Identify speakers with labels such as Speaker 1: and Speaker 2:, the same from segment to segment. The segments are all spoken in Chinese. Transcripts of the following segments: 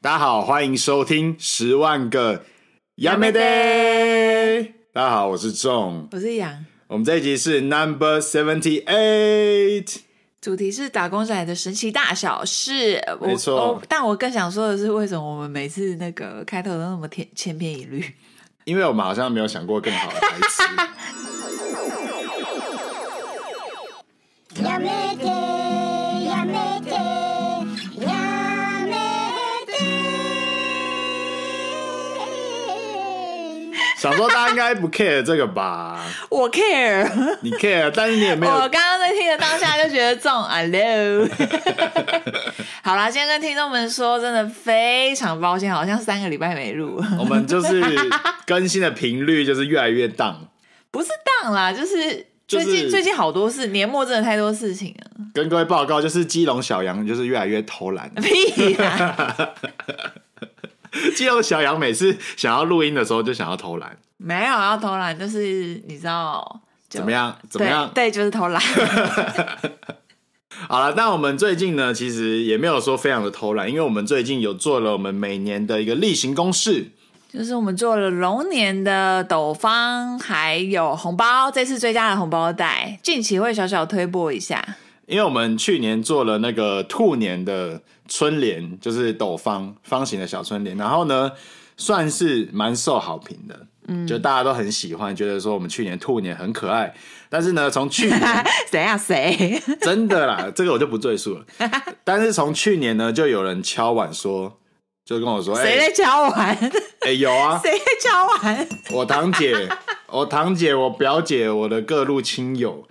Speaker 1: 大家好，欢迎收听《十万个 y a m a d a 大家好，我是仲，
Speaker 2: 我是杨，
Speaker 1: 我们这一集是 Number Seventy Eight。
Speaker 2: 主题是打工仔的神奇大小事。我
Speaker 1: 没错
Speaker 2: 我但我更想说的是，为什么我们每次那个开头都那么千千篇一律？
Speaker 1: 因为我们好像没有想过更好的台词。
Speaker 3: やめてやめてやめて
Speaker 1: 想说大家应该不 care 这个吧？
Speaker 2: 我 care，
Speaker 1: 你 care，但是你也没
Speaker 2: 我
Speaker 1: 有
Speaker 2: 刚刚在听的当下就觉得中 hello。好啦，先跟听众们说，真的非常抱歉，好像三个礼拜没录，
Speaker 1: 我们就是更新的频率就是越来越荡，
Speaker 2: 不是当啦，就是
Speaker 1: 就是
Speaker 2: 最近、最近好多事，年末真的太多事情 了，
Speaker 1: 跟各位报告，就是基隆小羊就是越来越偷懒。
Speaker 2: 屁啦！
Speaker 1: 基隆小羊每次想要录音的时候就想要偷懒，
Speaker 2: 没有要偷懒，就是你知道就
Speaker 1: 怎么样？怎么样？
Speaker 2: 对，对就是偷懒。
Speaker 1: 好了，那我们最近呢，其实也没有说非常的偷懒，因为我们最近有做了我们每年的一个例行公事。
Speaker 2: 就是我们做了龙年的斗方，还有红包，这次追加了红包袋，近期会小小推播一下。
Speaker 1: 因为我们去年做了那个兔年的春联，就是斗方方形的小春联，然后呢，算是蛮受好评的，嗯，就大家都很喜欢，觉得说我们去年兔年很可爱。但是呢，从去年
Speaker 2: 谁呀、谁？
Speaker 1: 真的啦，这个我就不赘述了。但是从去年呢，就有人敲碗说，就跟我说，哎、
Speaker 2: 谁
Speaker 1: 欸
Speaker 2: 在敲碗？
Speaker 1: 有啊，
Speaker 2: 谁在敲碗？
Speaker 1: 我堂姐、我堂姐、我表姐、我的各路亲友，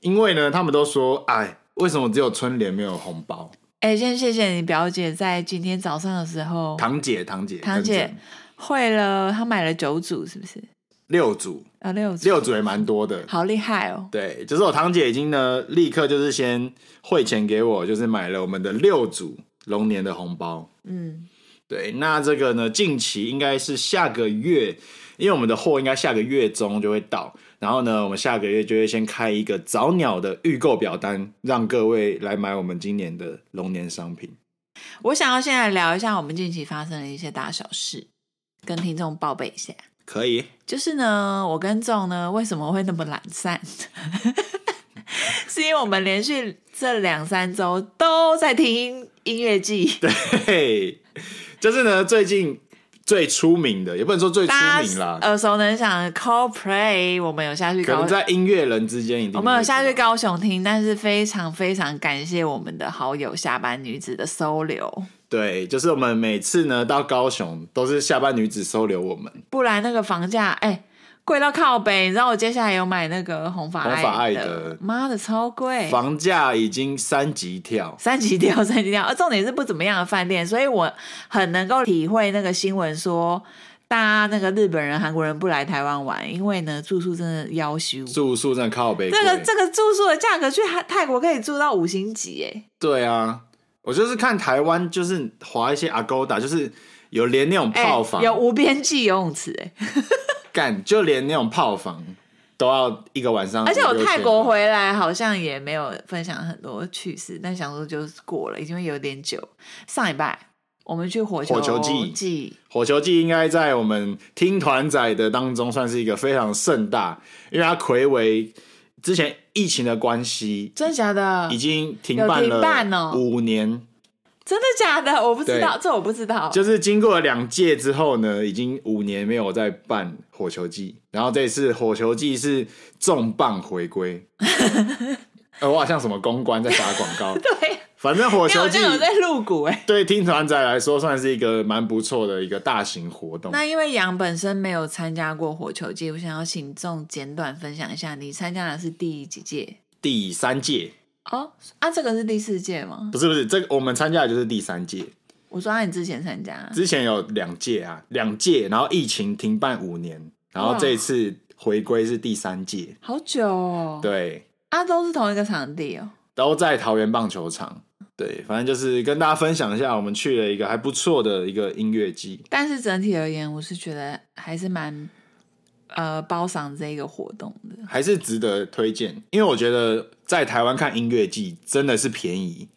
Speaker 1: 因为呢，他们都说，哎，为什么只有春联没有红包？
Speaker 2: 哎、先谢谢你表姐，在今天早上的时候，
Speaker 1: 堂姐、堂姐、
Speaker 2: 堂
Speaker 1: 堂
Speaker 2: 姐会了，她买了九组，是不是？
Speaker 1: 六组，
Speaker 2: 啊，六组，
Speaker 1: 六组也蛮多的。
Speaker 2: 好厉害哦！
Speaker 1: 对，就是我堂姐已经呢，立刻就是先汇钱给我，就是买了我们的六组龙年的红包。
Speaker 2: 嗯，
Speaker 1: 对，那这个呢，近期应该是下个月，因为我们的货应该下个月中就会到。然后呢，我们下个月就会先开一个早鸟的预购表单，让各位来买我们今年的龙年商品。
Speaker 2: 我想要先来聊一下我们近期发生的一些大小事，跟听众报备一下。
Speaker 1: 可 以，
Speaker 2: 就是呢，我跟仲呢为什么会那么懒散？ 是因为我们连续这两三周都在听音乐季，
Speaker 1: 嘿，就是呢，最近最出名的，也不能说最出
Speaker 2: 大
Speaker 1: 名
Speaker 2: 家
Speaker 1: 啦，
Speaker 2: 耳熟能详。CoPlay，我们有下去
Speaker 1: 可
Speaker 2: 高
Speaker 1: 能，在音乐人之间一定
Speaker 2: 我们有
Speaker 1: 会
Speaker 2: 下去
Speaker 1: 知道
Speaker 2: 高雄听，但是非常非常感谢我们的好友下班女子的收留，
Speaker 1: 对，就是我们每次呢到高雄都是下班女子收留我们，
Speaker 2: 不然那个房价哎。贵到靠北，你知道我接下来有买那个红发
Speaker 1: 红发
Speaker 2: 爱
Speaker 1: 爱
Speaker 2: 的
Speaker 1: 的，
Speaker 2: 妈的超贵，
Speaker 1: 房价已经三级跳。
Speaker 2: 三级跳，三级跳，而重点是不怎么样的饭店，所以我很能够体会那个新闻说，大家那个日本人、韩国人不来台湾玩，因为呢住宿真的要求。
Speaker 1: 住宿真的靠北贵，
Speaker 2: 这个这个住宿的价格去泰泰国可以住到五星级诶，
Speaker 1: 对啊，我就是看台湾，就是划一些 Agoda，就是有连那种
Speaker 2: 哎
Speaker 1: 炮房，
Speaker 2: 有无边际游泳池诶，
Speaker 1: 干，就连那种炮房都要一个晚上。
Speaker 2: 而且我泰国，回来好像也没有分享很多趣事，但想说就是过了，因为有点久。上礼拜我们去火球
Speaker 1: 火球季
Speaker 2: 季
Speaker 1: 火球季应该在我们听团仔的当中算是一个非常盛大，因为它魁为之前疫情的关系，
Speaker 2: 真的假的？
Speaker 1: 已经停
Speaker 2: 有
Speaker 1: 办
Speaker 2: 停办
Speaker 1: 了
Speaker 2: 哦
Speaker 1: 五年。
Speaker 2: 真的假的？我不知道，
Speaker 1: 对
Speaker 2: 这我不知道。
Speaker 1: 就是经过了两届之后呢，已经五年没有再办火球季，然后这一次火球季是重磅回归。 呃，我好像什么公关在打广告，
Speaker 2: 对。
Speaker 1: 反正火
Speaker 2: 因为
Speaker 1: 球
Speaker 2: 我
Speaker 1: 季
Speaker 2: 像有在入股哎、
Speaker 1: 对听团仔来说算是一个蛮不错的一个大型活动。
Speaker 2: 那因为杨本身没有参加过火球季，我想要请众简短分享一下，你参加的是第几届？
Speaker 1: 第三届
Speaker 2: 哦，啊，这个是第四届吗？
Speaker 1: 不是不是，这个我们参加的就是第三届，
Speaker 2: 我说啊，你之前参加，
Speaker 1: 之前有两届啊，两届，然后疫情停办五年，然后
Speaker 2: 哇
Speaker 1: 这一次回归是第三届，
Speaker 2: 好久哦。，
Speaker 1: 对。
Speaker 2: 啊，都是同一个场地哦。
Speaker 1: 都在桃园棒球场。对，反正就是跟大家分享一下，我们去了一个还不错的一个音乐季。
Speaker 2: 但是整体而言，我是觉得还是蛮呃包赏这一个活动的。
Speaker 1: 还是值得推荐，因为我觉得在台湾看音乐季真的是便宜，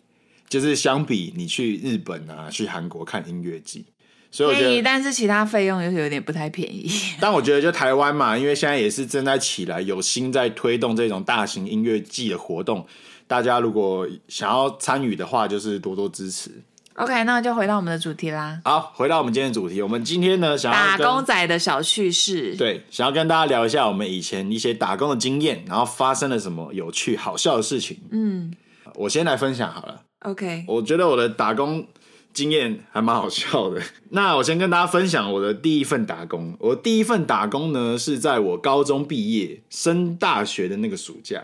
Speaker 1: 就是相比你去日本啊、去韩国看音乐季，所以我觉
Speaker 2: 便
Speaker 1: 得
Speaker 2: 宜，但是其他费用又有点不太便宜。
Speaker 1: 但我觉得就台湾嘛，因为现在也是正在起来，有心在推动这种大型音乐季的活动。大家如果想要参与的话，就是多多支持。
Speaker 2: OK，那就回到我们的主题啦，
Speaker 1: 好，回到我们今天的主题，我们今天呢想要
Speaker 2: 打
Speaker 1: 跟
Speaker 2: 工仔的小趣事。
Speaker 1: 对想要跟大家聊一下我们以前一些打工的经验，然后发生了什么有趣好笑的事情。
Speaker 2: 嗯
Speaker 1: 我先来分享好了，
Speaker 2: ，OK，
Speaker 1: 我觉得我的打工经验还蛮好笑的。 那我先跟大家分享我的第一份打工。我第一份打工呢是在我高中毕业升大学的那个暑假。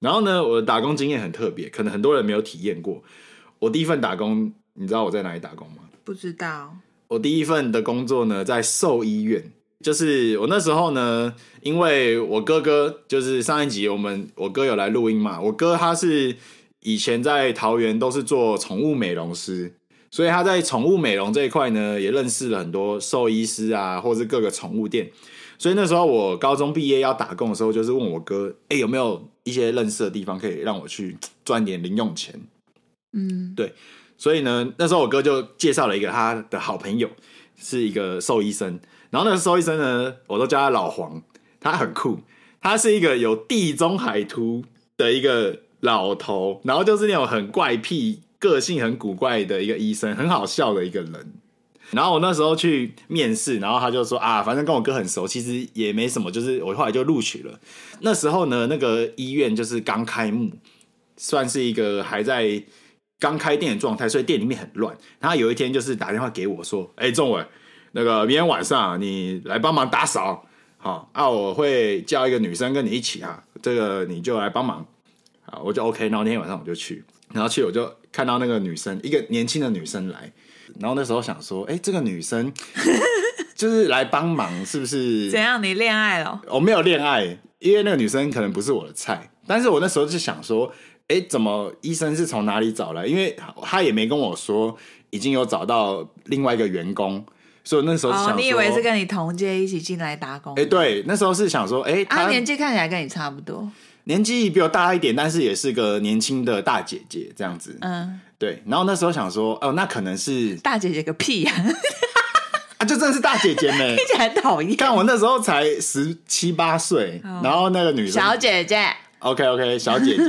Speaker 1: 然后呢，我的打工经验很特别，可能很多人没有体验过。我第一份打工，你知道我在哪里打工吗？
Speaker 2: 不知道。
Speaker 1: 我第一份的工作呢，在兽医院。就是我那时候呢，因为我哥哥就是上一集我们我哥有来录音嘛，我哥他是以前在桃园都是做宠物美容师，所以他在宠物美容这一块呢，也认识了很多兽医师啊，或是各个宠物店。所以那时候我高中毕业要打工的时候，就是问我哥，哎、有没有一些认识的地方可以让我去赚点零用钱？
Speaker 2: 嗯
Speaker 1: 所以呢，那时候我哥就介绍了一个他的好朋友，是一个兽医生。然后那个兽医生呢，我都叫他老黄，他很酷，他是一个有地中海秃的一个老头，然后就是那种很怪癖、个性很古怪的一个医生，很好笑的一个人。然后我那时候去面试，然后他就说啊，反正跟我哥很熟，其实也没什么，就是我后来就录取了。那时候呢，那个医院就是刚开幕，算是一个还在刚开店的状态，所以店里面很乱。然后有一天就是打电话给我说：“哎、仲伟，那个明天晚上啊你来帮忙打扫，好啊，我会叫一个女生跟你一起啊，这个你就来帮忙。”啊，我就 OK。然后那天晚上我就去，然后去我就看到那个女生，一个年轻的女生来，然后那时候想说：“哎、这个女生就是来帮忙，是不是？
Speaker 2: 怎样？你恋爱了？
Speaker 1: 哦我没有恋爱，因为那个女生可能不是我的菜。但是我那时候就想说，哎、怎么医生是从哪里找来？因为他也没跟我说已经有找到另外一个员工，所以我那时候就想
Speaker 2: 哦
Speaker 1: 说，，
Speaker 2: 你以为是跟你同届一起进来打工？
Speaker 1: 哎、对，那时候是想说，哎、
Speaker 2: 啊，
Speaker 1: 她
Speaker 2: 他年纪看起来跟你差不多。
Speaker 1: 年纪比我大一点，但是也是个年轻的大姐姐这样子。
Speaker 2: 嗯，
Speaker 1: 对，然后那时候想说，哦，那可能是
Speaker 2: 大姐姐个屁呀、
Speaker 1: 哎
Speaker 2: 听
Speaker 1: 啊，就真的是大姐姐 呢。
Speaker 2: 起来很讨厌。
Speaker 1: 但我那时候才十七八岁，
Speaker 2: 哦
Speaker 1: 然后那个女生
Speaker 2: 小姐姐，
Speaker 1: OK OK，小姐姐，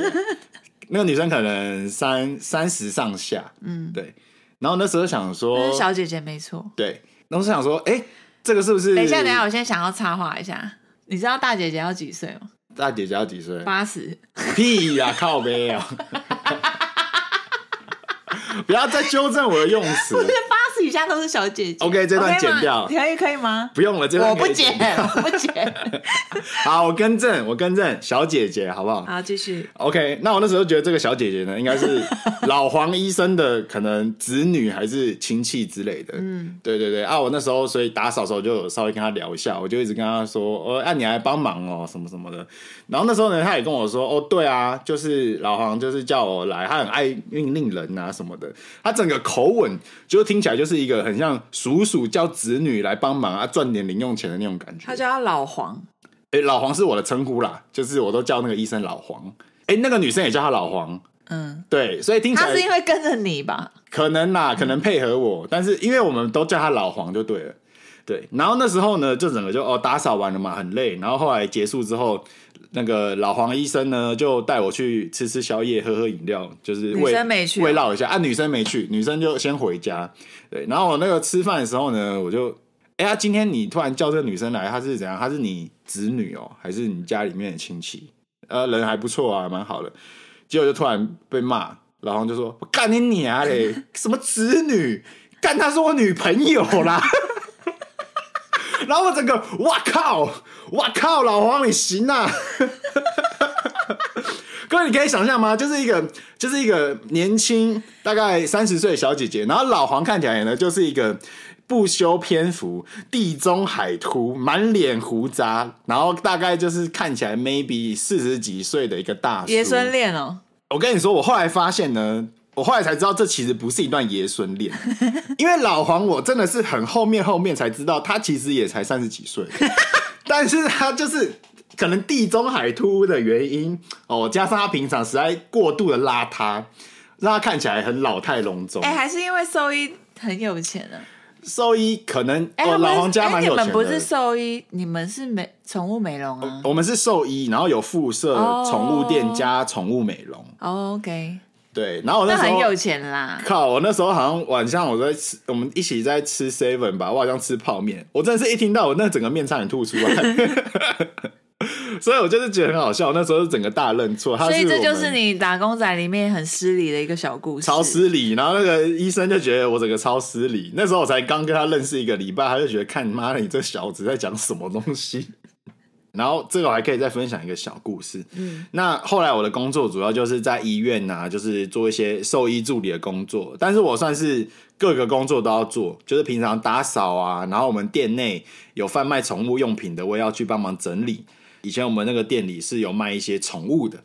Speaker 1: 那个女生可能三三十上下，
Speaker 2: 嗯，
Speaker 1: 对。然后那时候想说
Speaker 2: 那，是嗯小姐姐没错。
Speaker 1: 对，那时候想说，哎、这个是不是？
Speaker 2: 等一下，等一下，，我先想要插话一下。你知道大姐姐要几岁吗？
Speaker 1: 大姐姐要几岁？
Speaker 2: 八十。
Speaker 1: 屁呀、靠背啊！ 不要再纠正我的用词
Speaker 2: 这八十以下都是小姐姐。
Speaker 1: OK，这段
Speaker 2: OK 吗
Speaker 1: 剪掉
Speaker 2: 可以可以吗？
Speaker 1: 不用了，这段
Speaker 2: 我不
Speaker 1: 可以
Speaker 2: 剪， 我不剪。
Speaker 1: 好，我更正，我更正，小姐姐，好不好？
Speaker 2: 好，继续。
Speaker 1: OK，那我那时候觉得这个小姐姐呢，应该是老黄医生的可能子女还是亲戚之类的。嗯，对对对啊，我那时候所以打扫的时候就有稍微跟她聊一下，我就一直跟她说，哦，啊，你来帮忙哦，什么什么的。然后那时候呢，她也跟我说，哦，对啊，就是老黄就是叫我来，他很爱命令人啊什么的。他整个口吻就听起来就是一个很像叔叔叫子女来帮忙啊，赚点零用钱的那种感觉。
Speaker 2: 他叫他老黄，
Speaker 1: 哎、老黄是我的称呼啦，就是我都叫那个医生老黄。哎、那个女生也叫他老黄，
Speaker 2: 嗯，
Speaker 1: 对，所以听起
Speaker 2: 他
Speaker 1: 来
Speaker 2: 是因为跟着你吧？
Speaker 1: 可能
Speaker 2: 嗯
Speaker 1: 啦，可能配合我，但是因为我们都叫他老黄就对了。对，然后那时候呢，就整个就哦打扫完了嘛，很累。然后后来结束之后，那个老黄医生呢就带我去吃吃宵夜、喝喝饮料，就是
Speaker 2: 女
Speaker 1: 慰
Speaker 2: 生没去啊
Speaker 1: 慰劳一下啊。女生没去，女生就先回家。对，然后我那个吃饭的时候呢，我就哎呀，啊今天你突然叫这个女生来，她是怎样？她是你子女哦，还是你家里面的亲戚？呃，人还不错啊，蛮好的。结果就突然被骂，老黄就说：“我干你娘嘞，什么子女？干她是我女朋友啦！” 然后我整个，哇靠，哇靠，老黄你行啊！ 各位，你可以想象吗？就是一个，就是一个年轻大概三十岁的小姐姐，然后老黄看起来呢，就是一个不修篇幅、地中海秃、满脸胡渣，然后大概就是看起来 maybe 四十几岁的一个大叔。
Speaker 2: 爷孙恋哦，
Speaker 1: 我跟你说，我后来发现呢，我后来才知道这其实不是一段爷孙恋，因为老黄我真的是很后面后面才知道，他其实也才三十几岁， 但是他就是可能地中海秃的原因哦，加上他平常实在过度的邋遢。让他看起来很老态龙钟。
Speaker 2: 哎、还是因为兽医很有钱啊？
Speaker 1: 兽医可能、
Speaker 2: 哎、
Speaker 1: 哦，
Speaker 2: 他们
Speaker 1: 老黄家蛮
Speaker 2: 哎
Speaker 1: 有
Speaker 2: 你
Speaker 1: 钱
Speaker 2: 们
Speaker 1: 的。
Speaker 2: 不是兽医，你们是美宠物美容啊、
Speaker 1: 我们是兽医，然后有附设
Speaker 2: 哦
Speaker 1: 宠物店加宠物美容。
Speaker 2: o k
Speaker 1: 对，然后我
Speaker 2: 哦那
Speaker 1: 哦那时
Speaker 2: 很有
Speaker 1: 候
Speaker 2: 钱啦。
Speaker 1: 靠，我那时候好像晚上我在吃，我们一起在吃 seven 吧，我好像吃泡面，我真的是一听到我那整个面差点吐出来。 所以我就是觉得很好笑，那时候是整个大认错，他
Speaker 2: 所以这就
Speaker 1: 我
Speaker 2: 是
Speaker 1: 们
Speaker 2: 你打工仔里面很失礼的一个小故事。
Speaker 1: 超失礼，然后那个医生就觉得我整个超失礼。那时候我才刚跟他认识一个礼拜，他就觉得看妈的你这小子在讲什么东西。 然后这个我还可以再分享一个小故事。嗯，那后来我的工作主要就是在医院啊，就是做一些兽医助理的工作，但是我算是各个工作都要做，就是平常打扫啊，然后我们店内有贩卖宠物用品的，我也要去帮忙整理。以前我们那个店里是有卖一些宠物的，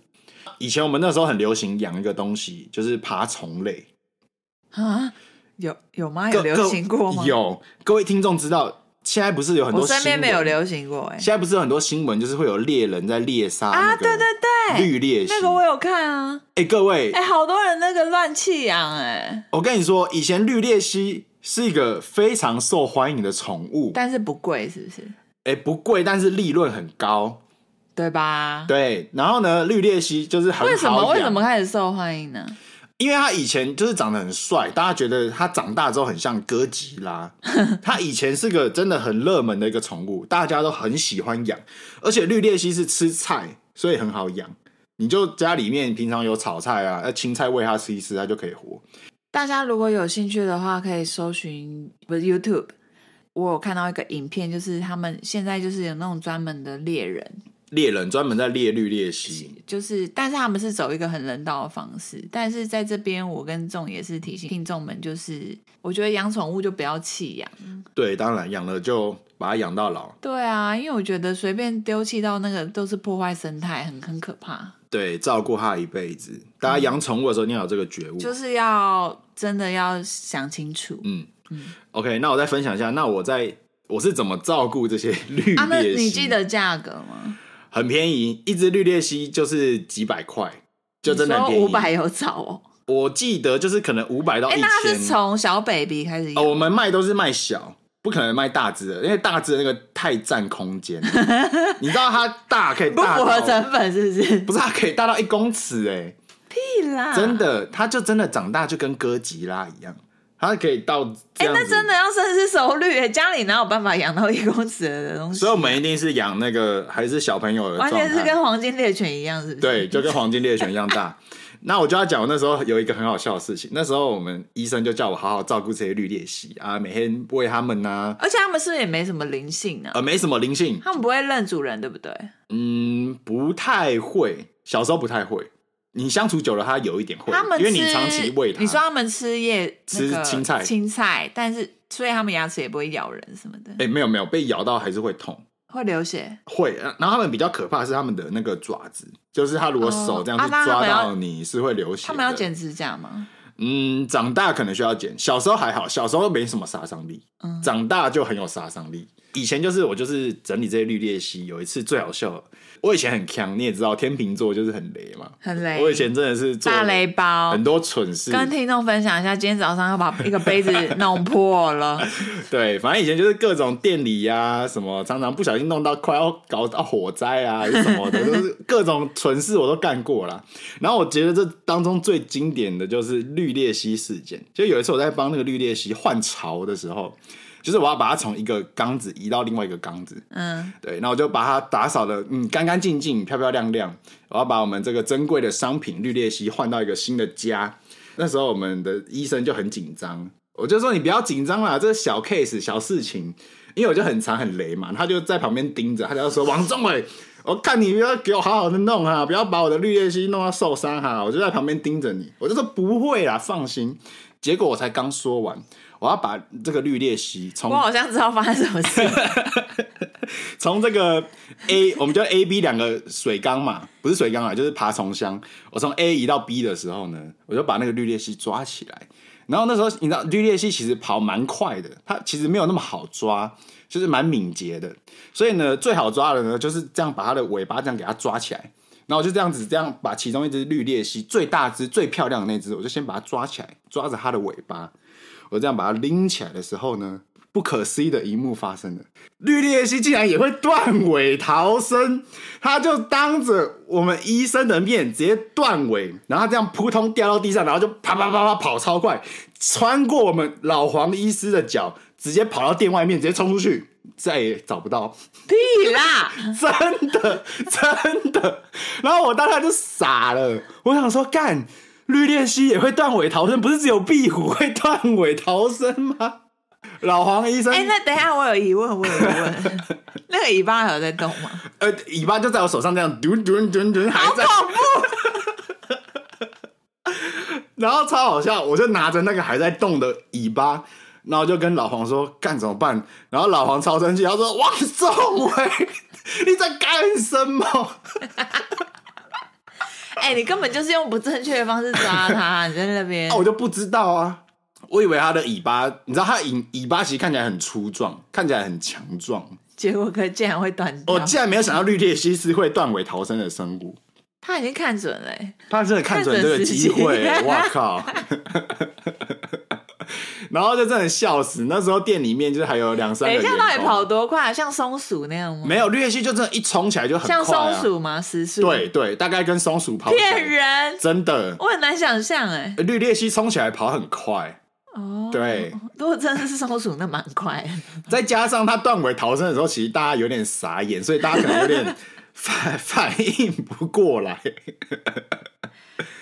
Speaker 1: 以前我们那时候很流行养一个东西，就是爬虫类。
Speaker 2: 啊？有有吗？有
Speaker 1: 各
Speaker 2: 流行过吗？
Speaker 1: 各，有，各位听众知道，现在不是有很多
Speaker 2: 我身
Speaker 1: 新
Speaker 2: 边
Speaker 1: 闻
Speaker 2: 没有。流行过哎、
Speaker 1: 现在不是有很多新闻，就是会有猎人在猎杀
Speaker 2: 啊，
Speaker 1: 那
Speaker 2: 对
Speaker 1: 个
Speaker 2: 对对，
Speaker 1: 绿鬣蜥。
Speaker 2: 那个我有看啊，
Speaker 1: 哎、各位，
Speaker 2: 哎、好多人那个乱弃养哎，
Speaker 1: 我跟你说，以前绿鬣蜥是一个非常受欢迎的宠物，
Speaker 2: 但是不贵是不是？
Speaker 1: 哎、不贵，但是利润很高。
Speaker 2: 对吧？
Speaker 1: 对，然后呢，绿鬣蜥就是很好
Speaker 2: 为什么
Speaker 1: 养
Speaker 2: 为什么开始受欢迎呢？
Speaker 1: 因为他以前就是长得很帅，大家觉得他长大之后很像哥吉 拉。他以前是个真的很热门的一个宠物，大家都很喜欢养，而且绿鬣蜥是吃菜，所以很好养。你就家里面平常有炒菜啊，那青菜喂它吃一吃，它就可以活。
Speaker 2: 大家如果有兴趣的话，可以搜寻不是 YouTube。我有看到一个影片，就是他们现在就是有那种专门的猎人，
Speaker 1: 猎人专门在猎绿鬣蜥，
Speaker 2: 就是但是他们是走一个很人道的方式。但是在这边，我跟众也是提醒听众们，就是我觉得养宠物就不要弃养。
Speaker 1: 对，当然养了就把它养到老。
Speaker 2: 对啊，因为我觉得随便丢弃到那个都是破坏生态，很很可怕。
Speaker 1: 对，照顾它一辈子。大家养宠物的时候，你要有这个觉悟。
Speaker 2: 就是要真的要想清楚、
Speaker 1: 嗯 OK，那我再分享一下，那我在我是怎么照顾这些 绿鬣蜥、
Speaker 2: 啊。那你记得价格吗？
Speaker 1: 很便宜，一只绿鬣蜥就是几百块，就真的很便宜。
Speaker 2: 五百，有找哦。
Speaker 1: 我记得就是可能五百到
Speaker 2: 哎、
Speaker 1: 一
Speaker 2: 那它是
Speaker 1: 千、
Speaker 2: 从小 baby 开始
Speaker 1: 哦，
Speaker 2: 养、
Speaker 1: 我们卖都是卖小，不可能卖大只的，因为大只的那个太占空 间了。你知道它大可以
Speaker 2: 不
Speaker 1: 大
Speaker 2: 符合
Speaker 1: 到，
Speaker 2: 成本是不是？
Speaker 1: 不是它可以大到一公尺哎、
Speaker 2: 屁啦，
Speaker 1: 真。的，它就真的长大就跟哥吉拉一样，它可以到这
Speaker 2: 哎、
Speaker 1: 样子。
Speaker 2: 那真的要深思熟虑耶，家里哪有办法养到一公尺的 东西？
Speaker 1: 所以我们一定是养那个还是小朋友的
Speaker 2: 完
Speaker 1: 状态，
Speaker 2: 全是跟黄金猎犬一样，是 不是？
Speaker 1: 对，就跟黄金猎犬一样大。 那我就要讲，我那时候有一个很好笑的事情。那时候我们医生就叫我好好照顾这些绿鬣蜥啊，每天喂它们呐、
Speaker 2: 而且它们是不是也没什么灵性呢、
Speaker 1: 呃，没什么灵性，
Speaker 2: 它们不会认主人，对不对？
Speaker 1: 嗯，不太会，小时候不太会。你相处久了，它有一点会
Speaker 2: 它，们
Speaker 1: 因为你
Speaker 2: 吃
Speaker 1: 长期喂它。
Speaker 2: 你说它们吃叶
Speaker 1: 吃
Speaker 2: 那个
Speaker 1: 青菜
Speaker 2: 青菜，但是所以它们牙齿也不会咬人什么的，
Speaker 1: 哎、没有没有，被咬到还是会痛，
Speaker 2: 会流血。
Speaker 1: 会。呃然后它们比较可怕的是它们的那个爪子，就是它如果
Speaker 2: 哦
Speaker 1: 手这样
Speaker 2: 啊
Speaker 1: 去
Speaker 2: 那它
Speaker 1: 抓
Speaker 2: 们要
Speaker 1: 到你是会流血的。
Speaker 2: 它们要剪指甲吗？
Speaker 1: 嗯，长大可能需要剪，小时候还好，小时候没什么杀伤力，
Speaker 2: 嗯
Speaker 1: 长大就很有杀伤力。以前就是我就是整理这些绿鬣蜥，有一次最好笑了，我以前很强，你也知道天秤座就是很雷嘛，
Speaker 2: 很雷。
Speaker 1: 我以前真的是做
Speaker 2: 大雷包
Speaker 1: 很。多蠢事，
Speaker 2: 跟听众分享一下，今天早上要把一个杯子弄破了，
Speaker 1: 对，反正以前就是各种店里呀、什么常常不小心弄到快要搞到火灾啊还是什么的，就是各种蠢事我都干过啦。然后我觉得这当中最经典的就是绿鬣蜥事件，就有一次我在帮那个绿鬣蜥换巢的时候，就是我要把它从一个缸子移到另外一个缸子，
Speaker 2: 嗯，
Speaker 1: 对，那我就把它打扫的嗯干干净净、漂漂亮亮。我要把我们这个珍贵的商品绿鬣蜥换到一个新的家。那时候我们的医生就很紧张，我就说你不要紧张啦，这是小 case 小事情。因为我就很长很雷嘛，他就在旁边盯着，他就说王仲伟，我看你不要给我好好的弄哈、不要把我的绿鬣蜥弄到受伤哈、我就在旁边盯着你，我就说不会啦，放心。结果我才刚说完，我要把这个绿鬣蜥从
Speaker 2: 我好像知道发生什么事，
Speaker 1: 从这个 A，我们就 A、B 两个水缸嘛，不是水缸啊，就是爬虫箱。我从 A 移到 B 的时候呢，我就把那个绿鬣蜥抓起来。然后那时候你知道，绿鬣蜥其实跑蛮快的，它其实没有那么好抓，就是蛮敏捷的。所以呢，最好抓的呢，就是这样把它的尾巴这样给它抓起来，然后我就这样子，这样把其中一只绿鬣蜥最大只、最漂亮的那只，我就先把它抓起来，抓着它的尾巴，我这样把它拎起来的时候呢，不可思议的一幕发生了，绿鬣蜥竟然也会断尾逃生，它就当着我们医生的面直接断尾，然后这样扑通掉到地上，然后就啪啪啪啪跑超快，穿过我们老黄医师的脚，直接跑到店外面，直接冲出去，再也找不到。
Speaker 2: 屁啦！
Speaker 1: 真的，真的。然后我当下就傻了，我想说，干绿鬣蜥也会断尾逃生，不是只有壁虎会断尾逃生吗？ 老黄医生，
Speaker 2: 哎、那等一下我有疑问，我有疑问， 那个尾巴还有在动吗？
Speaker 1: 呃，尾巴就在我手上这样，嘟嘟嘟嘟，还
Speaker 2: 好
Speaker 1: 在，
Speaker 2: 恐怖！
Speaker 1: 然后超好笑，我就拿着那个还在动的尾巴。然后就跟老黄说干怎么办？然后老黄超生气，他说：“王仲伟， 你在干什么？”
Speaker 2: 哎、你根本就是用不正确的方式抓 它，你在那边
Speaker 1: 啊，。我就不知道啊，我以为它的尾巴，你知道它的尾尾巴其实看起来很粗壮，看起来很强壮。
Speaker 2: 结果可竟然会断掉
Speaker 1: 我。竟然没有想到绿鬣蜥是会断尾逃生的生物，
Speaker 2: 他已经看准了、欸，
Speaker 1: 它真的看准这个机 会，
Speaker 2: 看准时机
Speaker 1: 哇靠！然后就真的笑死，那时候店里面就是还有两三
Speaker 2: 等
Speaker 1: 个
Speaker 2: 一
Speaker 1: 员
Speaker 2: 下
Speaker 1: 工，
Speaker 2: 到底跑多快？啊像松鼠那样吗？
Speaker 1: 没有绿鬣蜥就真的一冲起来就很快、
Speaker 2: 像
Speaker 1: 啊，
Speaker 2: 松鼠吗？时速？
Speaker 1: 对，对，大概跟松鼠跑起来
Speaker 2: 骗，人，
Speaker 1: 真的
Speaker 2: 我很难想象哎、
Speaker 1: 绿鬣蜥冲起来跑很快，
Speaker 2: 哦，
Speaker 1: 对，
Speaker 2: 如果真的是松鼠，那蛮快的。
Speaker 1: 再加上他断尾逃生的时候，其实大家有点傻眼，所以大家可能有点 反反应不过来，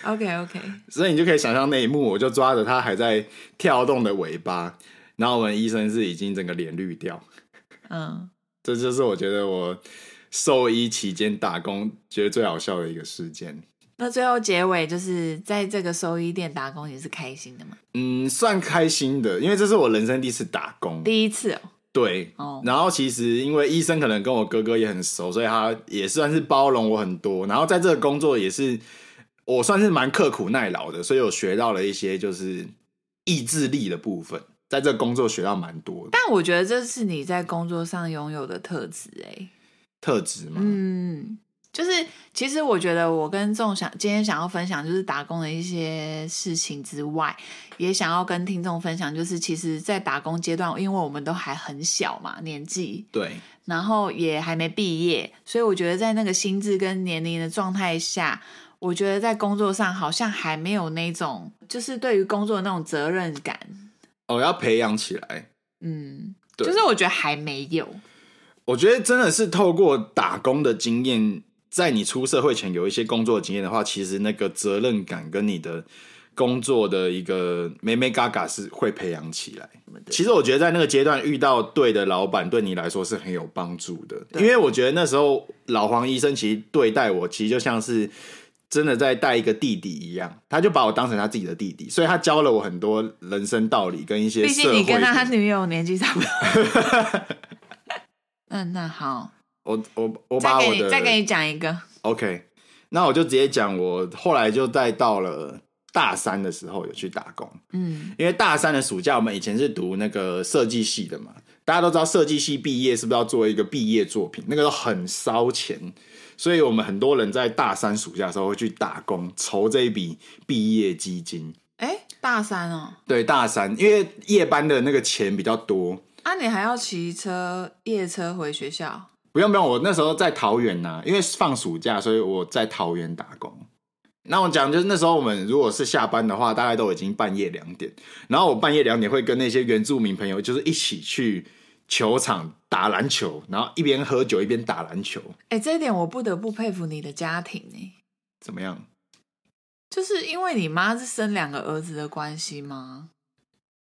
Speaker 2: OK OK，
Speaker 1: 所以你就可以想象那一幕，我就抓着他还在跳动的尾巴，然后我们医生是已经整个脸绿掉，
Speaker 2: 嗯，
Speaker 1: 这就是我觉得我兽医期间打工觉得最好笑的一个事件。
Speaker 2: 那最后结尾就是在这个收衣店打工，你是开心的吗？
Speaker 1: 嗯，算开心的，因为这是我人生第一次打工。
Speaker 2: 第一次哦，
Speaker 1: 对，
Speaker 2: 哦
Speaker 1: 然后其实因为医生可能跟我哥哥也很熟，所以他也算是包容我很多。然后在这个工作也是我算是蛮刻苦耐劳的，所以我学到了一些就是意志力的部分，在这个工作学到蛮多的
Speaker 2: 但我觉得这是你在工作上拥有的特质哎、
Speaker 1: 特质嘛。
Speaker 2: 嗯，就是其实我觉得我跟仲想今天想要分享就是打工的一些事情之外，也想要跟听众分享，就是其实，在打工阶段，因为我们都还很小嘛，年纪，
Speaker 1: 对，
Speaker 2: 然后也还没毕业，所以我觉得在那个心智跟年龄的状态下，我觉得在工作上好像还没有那种就是对于工作的那种责任感，
Speaker 1: 哦，要培养起来。
Speaker 2: 嗯，
Speaker 1: 对
Speaker 2: 就是我觉得还没有，
Speaker 1: 我觉得真的是透过打工的经验，在你出社会前有一些工作经验的话，其实那个责任感跟你的工作的一个美美嘎嘎是会培养起来。其实我觉得在那个阶段遇到对的老板，对你来说是很有帮助的，因为我觉得那时候老黄医生其实对待我，其实就像是真的在带一个弟弟一样，他就把我当成他自己的弟弟，所以他教了我很多人生道理跟一些
Speaker 2: 毕
Speaker 1: 社
Speaker 2: 竟
Speaker 1: 会
Speaker 2: 你跟他
Speaker 1: 的。
Speaker 2: 女友年纪差不多。 嗯，那好，
Speaker 1: 我我我
Speaker 2: 再
Speaker 1: 把
Speaker 2: 给
Speaker 1: 我的
Speaker 2: 你再给你讲一个，
Speaker 1: OK，那我就直接讲，我后来就再到了大三的时候有去打工，
Speaker 2: 嗯，
Speaker 1: 因为大三的暑假我们以前是读那个设计系的嘛，大家都知道设计系毕业是不是要做一个毕业作品，那个都很烧钱，所以我们很多人在大三暑假的时候会去打工筹这一笔毕业基金。
Speaker 2: 哎，大三哦，
Speaker 1: 对，大三因为夜班的那个钱比较多，
Speaker 2: 啊，你还要骑车夜车回学校？
Speaker 1: 不用不用，我那时候在桃园呐、因为放暑假，所以我在桃园打工。那我讲就是那时候我们如果是下班的话，大概都已经半夜两点。然后我半夜两点会跟那些原住民朋友，就是一起去球场打篮球，然后一边喝酒一边打篮球，
Speaker 2: 哎，这一点我不得不佩服你的家庭呢，
Speaker 1: 怎么样？
Speaker 2: 就是因为你妈是生两个儿子的关系吗？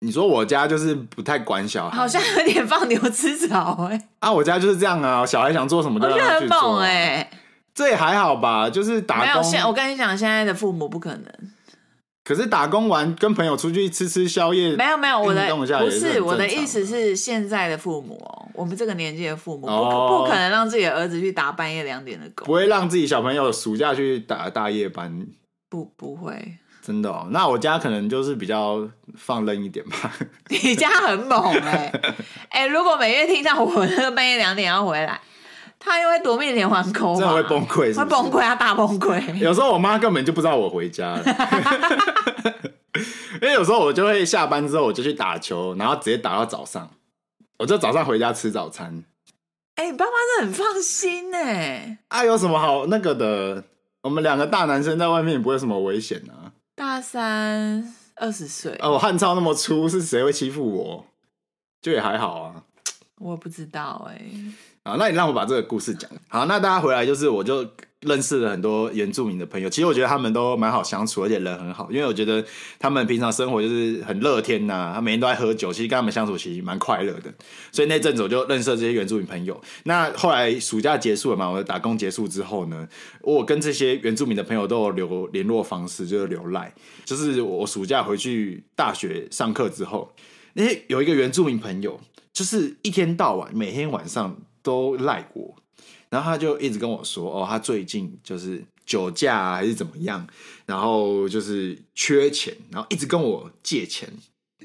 Speaker 1: 你说我家就是不太管小孩，
Speaker 2: 好像有点放牛吃草哎，
Speaker 1: 啊，我家就是这样啊，小孩想做什么
Speaker 2: 我
Speaker 1: 就
Speaker 2: 觉
Speaker 1: 让
Speaker 2: 得
Speaker 1: 他
Speaker 2: 很
Speaker 1: 去做
Speaker 2: 猛
Speaker 1: 啊。
Speaker 2: 哎，
Speaker 1: 这也还好吧，就是打
Speaker 2: 没有
Speaker 1: 工。
Speaker 2: 现，我跟你讲，现在的父母不可能，
Speaker 1: 可是打工完跟朋友出去吃吃宵夜，
Speaker 2: 没有没有，我的
Speaker 1: 运动一下
Speaker 2: 不
Speaker 1: 也是很
Speaker 2: 是我的
Speaker 1: 正常
Speaker 2: 意思是现在的父母哦，我们这个年纪的父母不、
Speaker 1: 哦
Speaker 2: 不可能让自己的儿子去打半夜两点的
Speaker 1: 不
Speaker 2: 工，
Speaker 1: 会让自己小朋友暑假去打大夜班，
Speaker 2: 不不会，
Speaker 1: 真的哦。那我家可能就是比较放任一点吧。
Speaker 2: 欸 你家很猛哎、哎、如果每月听到我那个半夜两点要回来，他因为夺命连环扣嘛，
Speaker 1: 真的会崩溃是不是
Speaker 2: 会崩溃，他大崩溃。
Speaker 1: 有时候我妈根本就不知道我回家了，因为有时候我就会下班之后我就去打球，然后直接打到早上，我就早上回家吃早餐
Speaker 2: 哎、你爸妈真的很放心欸呢、
Speaker 1: 啊，有什么好那个的？我们两个大男生在外面也不会有什么危险啊！
Speaker 2: 大三二十岁，
Speaker 1: 啊，我汗超那么粗，是谁会欺负我？就也还好啊。
Speaker 2: 我不知道哎、
Speaker 1: 啊，那你让我把这个故事讲好。那大家回来就是，我就认识了很多原住民的朋友。其实我觉得他们都蛮好相处，而且人很好。因为我觉得他们平常生活就是很乐天呐、他每天都在喝酒，其实跟他们相处其实蛮快乐的。所以那阵子我就认识了这些原住民朋友。那后来暑假结束了嘛，我的打工结束之后呢，我跟这些原住民的朋友都有留联络方式，就是留赖。就是我暑假回去大学上课之后，那些有一个原住民朋友，就是一天到晚每天晚上都赖我，然后他就一直跟我说，哦，他最近就是酒驾、啊、还是怎么样，然后就是缺钱，然后一直跟我借钱。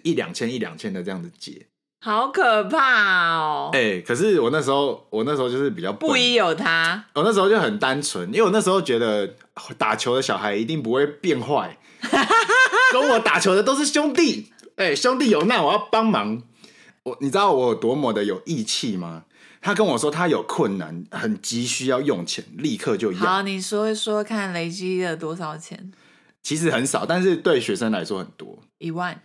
Speaker 1: 一两千一两千的这样子借，
Speaker 2: 好可怕哦、
Speaker 1: 哎、可是我那时候我那时候就是比较笨
Speaker 2: 不一有他，
Speaker 1: 我那时候就很单纯，因为我那时候觉得打球的小孩一定不会变坏，跟我打球的都是兄弟，哎、兄弟有难我要帮忙。我你知道我有多么的有义气吗？他跟我说他有困难，很急需要用钱，立刻就
Speaker 2: 好，
Speaker 1: 要。
Speaker 2: 你说一说看，累积了多少钱？
Speaker 1: 其实很少，但是对学生来说很多，
Speaker 2: 一万，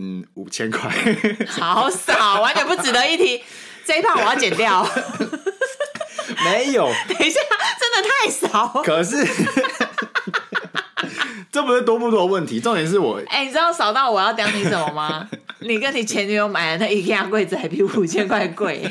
Speaker 1: 嗯，五千块。
Speaker 2: 好少，完全不值得一提。这一趴我要剪 掉，
Speaker 1: 没有，
Speaker 2: 等一下，真的太少。
Speaker 1: 可是 这不是多不多的问题，重点是我
Speaker 2: 哎、你知道少到我要讲你什么吗？ 你跟你前女友买的那一 k 柜子还比五千块贵、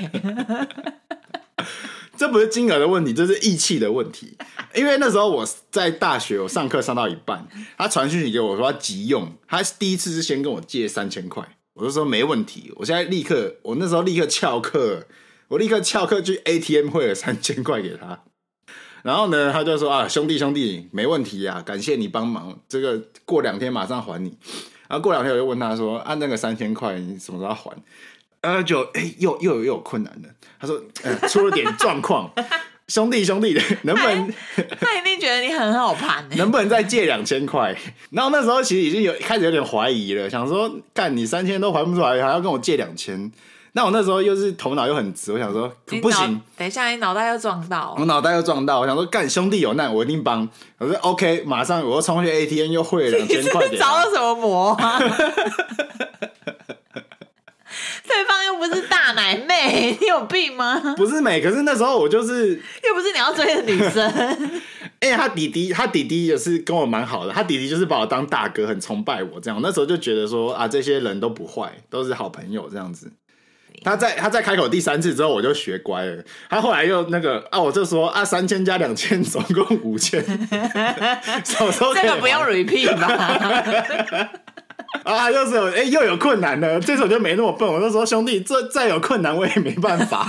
Speaker 1: 这不是金额的问题，这是义气的问题。因为那时候我在大学，我上课上到一半，他传讯息给我说他急用，他第一次是先跟我借三千块，我就说没问题，我现在立刻，我那时候立刻翘课，我立刻翘课去 ATM 汇了三千块给他。然后呢，他就说啊，兄弟兄弟，没问题啊，感谢你帮忙，这个过两天马上还你。然后过两天我就问他说，啊，那个三千块你什么时候要还？然后就哎、又又有又有困难了。他说、呃、出了点状况，兄弟兄弟，能不能
Speaker 2: 他一定觉得你很好盘、欸。
Speaker 1: 能不能再借两千块？然后那时候其实已经有开始有点怀疑了，想说干你三千都还不出来，还要跟我借两千。那我那时候又是头脑又很直，我想说
Speaker 2: 你
Speaker 1: 不
Speaker 2: 脑
Speaker 1: 行，，
Speaker 2: 等一下你脑袋又撞到
Speaker 1: 我。脑袋又撞到，我想说干兄弟有难我一定帮。我说 OK，马上我又冲去 ATM 又汇了两
Speaker 2: 你
Speaker 1: 千
Speaker 2: 是不
Speaker 1: 块
Speaker 2: 是
Speaker 1: 给
Speaker 2: 着
Speaker 1: 他
Speaker 2: 了。什么魔啊？ 对方又不是大奶妹，你有病吗？
Speaker 1: 不是美，可是那时候我就是
Speaker 2: 又不是你要追的女生，
Speaker 1: 哎、他弟弟，他弟弟也是跟我蛮好的，他弟弟就是把我当大哥，很崇拜我这样。那时候就觉得说啊，这些人都不坏，都是好朋友这样子。他在他在开口第三次之后，我就学乖了。他后来又那个啊，我就说啊，三千加两千，总共五 千。什么时候可以
Speaker 2: 这个不用
Speaker 1: 还
Speaker 2: repeat 吧？
Speaker 1: 啊，又是有哎、又有困难了。这次我就没那么笨，我就说兄弟，这再有困难我也没办 法，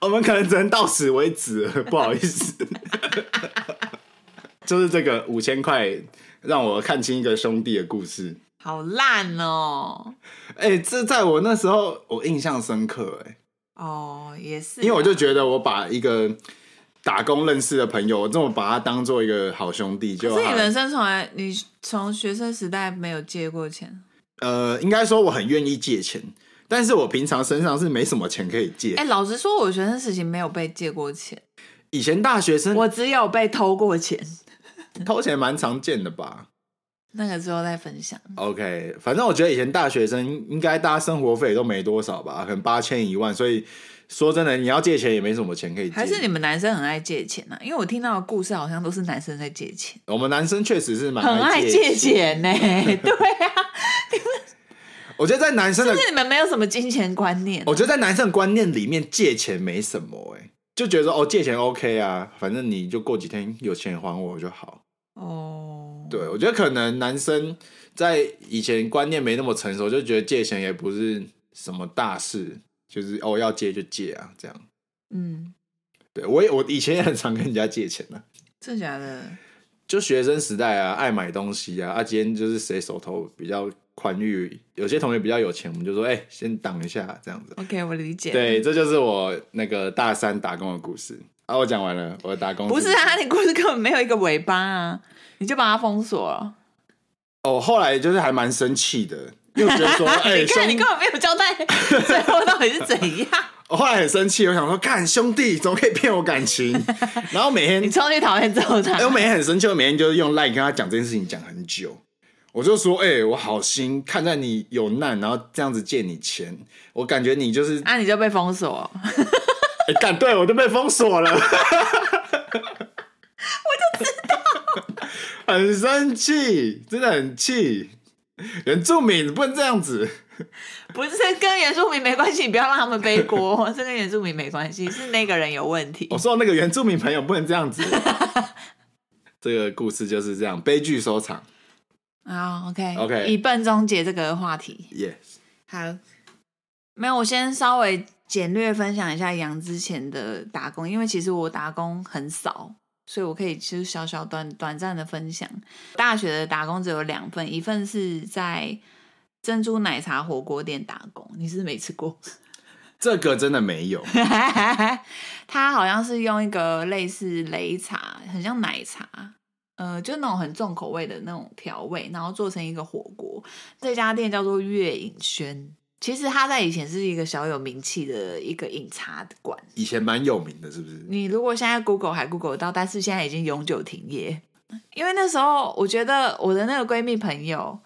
Speaker 1: 我们可能只能到此为止了，不好意思。 就是这个五千块让我看清一个兄弟的故事。
Speaker 2: 好烂哦！
Speaker 1: 哎、这在我那时候我印象深刻、
Speaker 2: 啊
Speaker 1: 哎，
Speaker 2: 哦，也是啊，
Speaker 1: 因为我就觉得我把一个打工认识的朋友，我这么把他当做一个好兄弟，就
Speaker 2: 可是
Speaker 1: 好
Speaker 2: 你人生从来你从学生时代没有借过钱。
Speaker 1: 呃，应该说我很愿意借钱，但是我平常身上是没什么钱可以借。
Speaker 2: 哎、老实说，我学生时期没有被借过钱，
Speaker 1: 以前大学生
Speaker 2: 我只有被偷过钱。
Speaker 1: 偷钱蛮常见的吧
Speaker 2: 那个之后再分享。
Speaker 1: 嗯？OK，反正我觉得以前大学生应该大家生活费都没多少吧，可能八千一万，所以说真的，你要借钱也没什么钱可以借。
Speaker 2: 还是你们男生很爱借钱啊呢、因为我听到的故事好像都是男生在借钱，
Speaker 1: 我们男生确实是蛮
Speaker 2: 很爱借钱呢、 对啊，
Speaker 1: 我觉得在男生的，
Speaker 2: 就是你们没有什么金钱观念。
Speaker 1: 我觉得在男生的观念里面借钱没什么、欸，就觉得说哦借钱 OK 啊，反正你就过几天有钱还我就好。
Speaker 2: 哦，
Speaker 1: 对，我觉得可能男生在以前观念没那么成熟，就觉得借钱也不是什么大事，就是哦要借就借啊这样。
Speaker 2: 嗯，
Speaker 1: 对我也我以前也很常跟人家借钱啊呢、
Speaker 2: 真的假的？
Speaker 1: 就学生时代啊，爱买东西啊，啊，今天就是谁手头比较宽裕，有些同学比较有钱，我们就说，哎、先挡一下这样子。
Speaker 2: OK，我理解。，
Speaker 1: 对，这就是我那个大三打工的故事啊。我讲完了，我的打工
Speaker 2: 不是啊，你故事根本没有一个尾巴啊，你就把它封锁了。
Speaker 1: 哦，后来就是还蛮生气的，因为我觉得 说，哎、
Speaker 2: 你看，你
Speaker 1: 兄，
Speaker 2: 根本没有交 代最后到底是怎样。
Speaker 1: 我后来很生气，我想说，干兄弟怎么可以骗我感情？ 然后每天
Speaker 2: 你超级讨厌这种
Speaker 1: 哎、我
Speaker 2: 人，
Speaker 1: 每天很生气，我每天就是用 line 跟他讲这件事情讲很久。我就说，哎、我好心看在你有难，然后这样子借你钱，我感觉你就是，
Speaker 2: 那、啊你就被封锁了。
Speaker 1: 哎、干对我就被封锁了，我就 知道， 很生气，真的很气。原住民不能这样子，
Speaker 2: 不是跟原住民没关系，你不要让他们背 锅。这跟原住民没关系，是那个人有问题
Speaker 1: 我。说那个原住民朋友不能这样 子。这个故事就是这样，悲剧收场。
Speaker 2: 啊，OK，OK，、
Speaker 1: OK
Speaker 2: 以笨终结这个话题。
Speaker 1: Yes，
Speaker 2: 好，没有，我先稍微简略分享一下杨之前的打工，因为其实我打工很少，所以我可以就是小小短短暂的分享。大学的打工只有两份，一份是在珍珠奶茶火锅店打工，你是不是没吃过？
Speaker 1: 这个真的没有。
Speaker 2: 它好像是用一个类似擂茶，很像奶茶，呃，就那种很重口味的那种调味，然后做成一个火锅。这家店叫做月影轩，其实它在以前是一个小有名气的一个饮茶馆。
Speaker 1: 以前蛮有名的，是不是？
Speaker 2: 你如果现在 Google 还 Google 得到，但是现在已经永久停业，因为那时候我觉得我的那个闺蜜朋友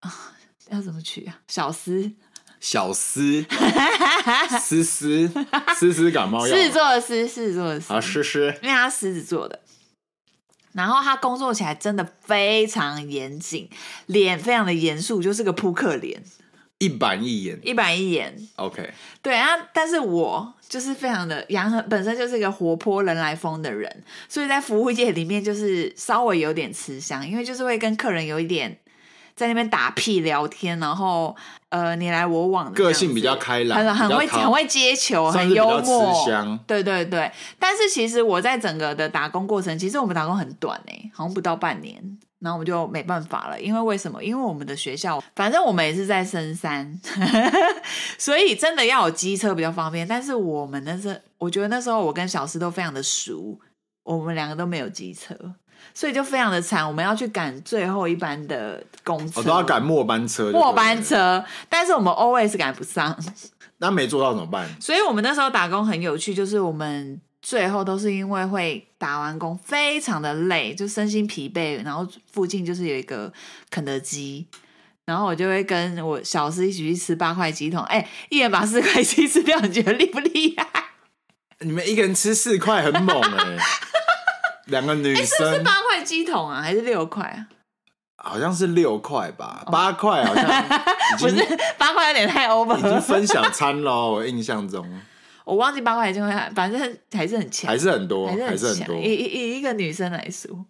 Speaker 2: 啊，要怎么取啊？小思，
Speaker 1: 小思， 思思，思思感冒药
Speaker 2: 狮子座的思，狮子座的思
Speaker 1: 啊，诗诗，
Speaker 2: 因为他狮子座的，然后他工作起来真的非常严谨，脸非常的严肃，就是个扑克脸，
Speaker 1: 一板一眼
Speaker 2: 一板一眼。
Speaker 1: ，OK，
Speaker 2: 对啊，但是我就是非常的杨很本身就是一个活泼人来疯的人，所以在服务业里面就是稍微有点吃香，因为就是会跟客人有一点。在那边打屁聊天，然后呃，你来我往的这样
Speaker 1: 个
Speaker 2: 子，
Speaker 1: 性比较开朗，
Speaker 2: 很很会
Speaker 1: 比较
Speaker 2: 很
Speaker 1: 讨，
Speaker 2: 会接球，
Speaker 1: 算是
Speaker 2: 很
Speaker 1: 比
Speaker 2: 幽
Speaker 1: 较
Speaker 2: 默，
Speaker 1: 吃香
Speaker 2: 对对对。但是其实我在整个的打工过程，其实我们打工很短诶、好像不到半年，然后我们就没办法了，因为为什么？因为我们的学校，反正我们也是在深山， 所以真的要有机车比较方便。但是我们那时，我觉得那时候我跟小诗都非常的熟，我们两个都没有机车。所以就非常的惨，我们要去赶最后一班的公车，
Speaker 1: 我哦都要赶末班车，
Speaker 2: 末班，车，但是我们 always 赶不上，
Speaker 1: 那没做到怎么办？
Speaker 2: 所以我们那时候打工很有趣，就是我们最后都是因为会打完工非常的累，就身心疲惫，然后附近就是有一个肯德基。然后我就会跟我小师一起去吃八块鸡桶，哎，一人把四块鸡吃掉，你觉得厉不厉 害？
Speaker 1: 你们一个人吃四块，很猛 哎，两个女
Speaker 2: 是
Speaker 1: 生
Speaker 2: 八块鸡桶啊，还是六块啊？
Speaker 1: 好像是六块吧，八块好像 已
Speaker 2: 哦不
Speaker 1: 经
Speaker 2: 是八块有点太 over
Speaker 1: 已经
Speaker 2: 了，
Speaker 1: 分享餐喽，我印象中
Speaker 2: 我忘记八块还是六块，反正还是很强，
Speaker 1: 还是很多，还
Speaker 2: 还
Speaker 1: 是
Speaker 2: 是
Speaker 1: 很
Speaker 2: 强
Speaker 1: 多
Speaker 2: 以，以以一个女生来说，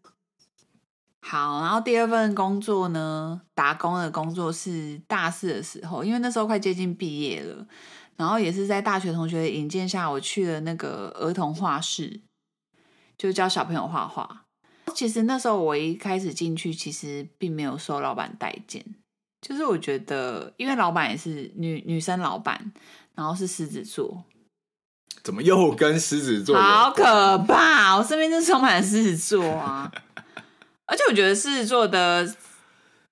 Speaker 2: 好，然后第二份工作呢，打工的工作是大四的时候，因为那时候快接近毕业了，然后也是在大学同学的引荐下，我去了那个儿童画室，就教小朋友画画。其实那时候我一开始进去，其实并没有受老板待见，就是我觉得，因为老板也是女女生老板，然后是狮子座，
Speaker 1: 怎么又跟狮子座有
Speaker 2: 好
Speaker 1: 关
Speaker 2: 可怕！我身边就充满了狮子座 啊，而且我觉得狮子座的